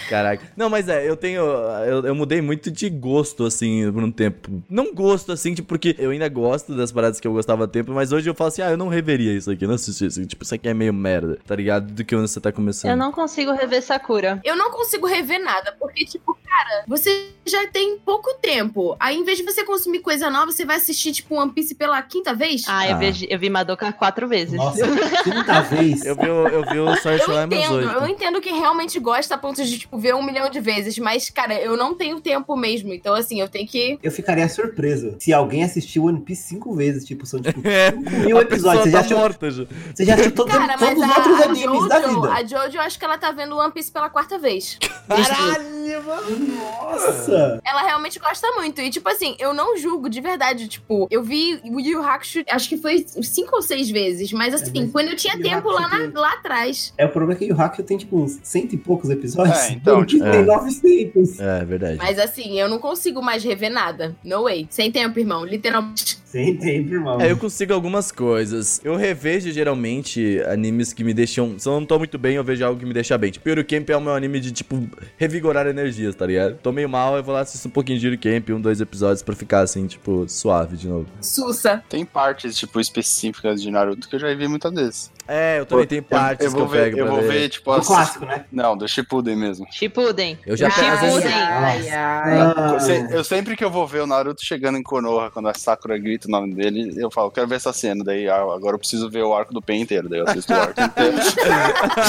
Caraca. Não, mas é, eu tenho. Eu, eu mudei muito de gosto, assim, por um tempo. Não gosto, assim, tipo, porque eu ainda gosto das paradas que eu gostava há tempo, mas hoje eu falo assim, ah, eu não reveria isso aqui, eu não assisti isso. aqui. Tipo, isso aqui é meio merda, tá ligado? Do que quando você tá começando. eu não consigo rever Sakura. Eu não consigo rever nada, porque, tipo, cara, você já tem pouco tempo. Aí, em vez de você consumir coisa nova, você vai assistir, tipo, One Piece pela quinta vez? Ah, eu, Ah. vejo- eu vi Madoka quatro vezes. Nossa, quinta vez. Eu vi, o- eu vi o Sword Eu Online entendo, hoje. eu entendo que realmente gosta a ponto de, tipo, ver um milhão de vezes, mas, cara, eu não tenho tempo mesmo. Então, assim, eu tenho que. Eu ficaria surpreso se alguém assistiu One Piece cinco vezes. Tipo, são tipo É, mil a pessoa episódios. Você já tá achou, morta já. você já achou todo- Cara, mas todos os a, outros a, animes da Jojo, vida. a Jojo, eu acho que ela tá vendo One Piece pela quarta vez. Caralho, mano. Nossa! Ela realmente gosta muito. E, tipo assim, eu não julgo, de verdade. Tipo, eu vi o Yu Yu Hakusho, acho que foi cinco ou seis vezes. Mas, assim, É, mas quando eu tinha Yu Yu tempo lá, Hakusho na- lá atrás. É, o problema é que o Hakusho tem, tipo, uns cento e poucos episódios. É, então, One Piece tipo- tem É. 900. É, verdade. Mas, assim, eu não consigo mais rever nada. No way. Sem tempo, irmão. Literalmente. Sem tempo, irmão. É, eu consigo algumas coisas. Eu revejo geralmente animes que me deixam. Se eu não tô muito bem, eu vejo algo que me deixa bem. Tipo, Camp é o meu anime de, tipo, revigorar energias, tá ligado? Tô meio mal, eu vou lá assistir um pouquinho de Camp, um, dois episódios pra ficar assim, tipo, suave de novo. Sussa. Tem partes, tipo, específicas de Naruto que eu já vi muitas vezes. É, eu também Pô, tenho Eu- partes eu vou que eu ver, pego Eu pra vou ver. ver, tipo, O as... clássico, né? Não, do Shippuden mesmo. Chipuden. Eu já é pego, às vezes. Shippuden. Ai, ai. Eu, Ah, se- é. eu sempre que eu vou ver o Naruto chegando em Konoha, quando a Sakura grita o nome dele, eu falo, quero ver essa cena. Daí ah, agora eu preciso ver o arco do Pen inteiro. Daí eu assisto o arco inteiro.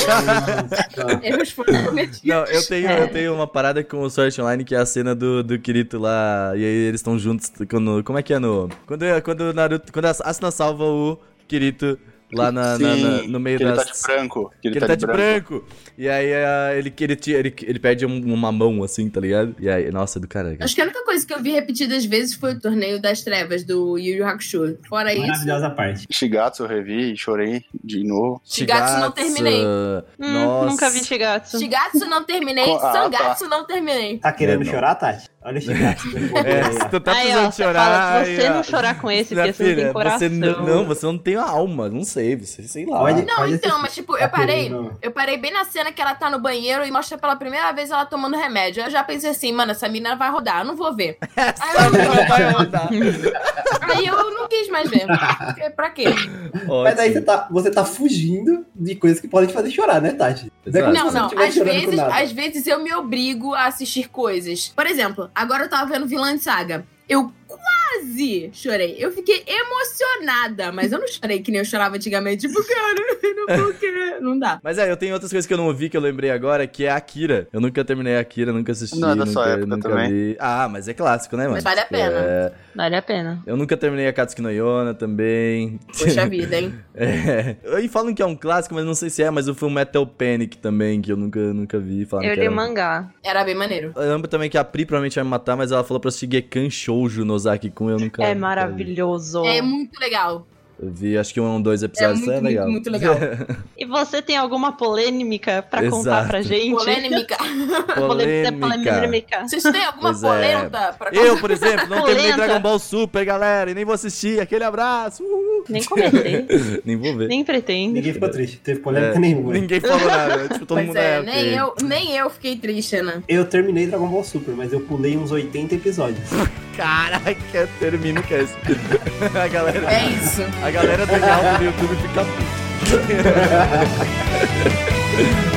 nossa. Erros foram cometidos. Não, eu tenho, eu tenho uma parada com o Sword Online, que é a cena do, do Kirito lá, e aí eles estão juntos, quando, como é que é no... Quando, quando o Naruto, quando a Asuna salva o Kirito lá na, na- na- Sim, no meio que das... ele tá de branco. Que Que ele tá, de branco. E aí ah, ele, que ele, ti- ele, ele perde um- uma mão, assim, tá ligado? E aí, nossa, do caralho. Acho que a única coisa que eu vi repetidas vezes foi o torneio das trevas do Yu Yu Hakusho. Fora isso, Maravilhosa parte. Shigatsu eu revi e chorei de novo. Shigatsu não terminei. Hum, Nossa. Nunca vi Shigatsu. Shigatsu não terminei. Ah, tá. Sangatsu não terminei. Tá querendo É, não. chorar, Tati? Olha o Shigatsu. É, você tá Aí, precisando ó, você chorar. fala, aí, se você ó. não chorar com esse, Minha porque você não tem filha, coração. você não, não, você não tem alma, não sei, você, sei lá. Olha- Não, então, Olha esse- tá mas tipo, eu parei. Eu parei bem na cena que ela tá no banheiro e mostra pela primeira vez ela tomando remédio. Eu já pensei assim, mano, essa menina vai rodar, eu não vou ver. aí, eu, Não vai tá. rodar. aí eu não quis mais ver. Porque Pra quê? Mas aí Ótimo. você tá, você tá fugindo de coisas que podem te fazer chorar, né, Tati? é Exato. como se Não, você não. estivesse Às chorando com vezes, nada. às vezes eu me obrigo a assistir coisas. Por exemplo, agora eu tava vendo Vilã de Saga. Eu quase quase chorei. Eu fiquei emocionada, mas eu não chorei que nem eu chorava antigamente. Tipo, cara, eu não vou querer. Não dá. Mas é, eu tenho outras coisas que eu não ouvi que eu lembrei agora, que é Akira. Eu nunca terminei Akira, nunca assisti. Não é da nunca, sua época nunca também. vi. Ah, mas é clássico, né, mano? Mas vale a pena. É, Vale a pena. Eu nunca terminei a Katsuki no Yona também. Poxa vida, hein? É. E falam que é um clássico, mas não sei se é, mas o filme Metal Panic também, que eu nunca, nunca vi. Falaram Eu que li era o um- mangá. Era bem maneiro. Eu lembro também que a Pri provavelmente vai me matar, mas ela falou pra assistir Gekan Shoujo no Kun, eu nunca... É nunca maravilhoso. É muito legal. vi. Eu vi, acho que um ou dois episódios, isso muito, é legal. muito, muito legal. E você tem alguma polêmica pra Exato. contar pra gente? Polêmica. Polêmica. polêmica. né? Vocês têm alguma Pois é. polenta pra Eu, por exemplo, não terminei Polenta. Dragon Ball Super, galera, e nem vou assistir. Aquele abraço! Uhul. Nem comentei. Nem vou ver. nem pretendo. Ninguém É. ficou triste, teve polêmica nenhuma. Ninguém falou nada. Tipo, todo Pois mundo é, é, ok. nem, eu, nem eu fiquei triste, né? Eu terminei Dragon Ball Super, mas eu pulei uns 80 episódios. Caraca, termina o cast. a galera, É isso. a galera do canal do YouTube fica puta.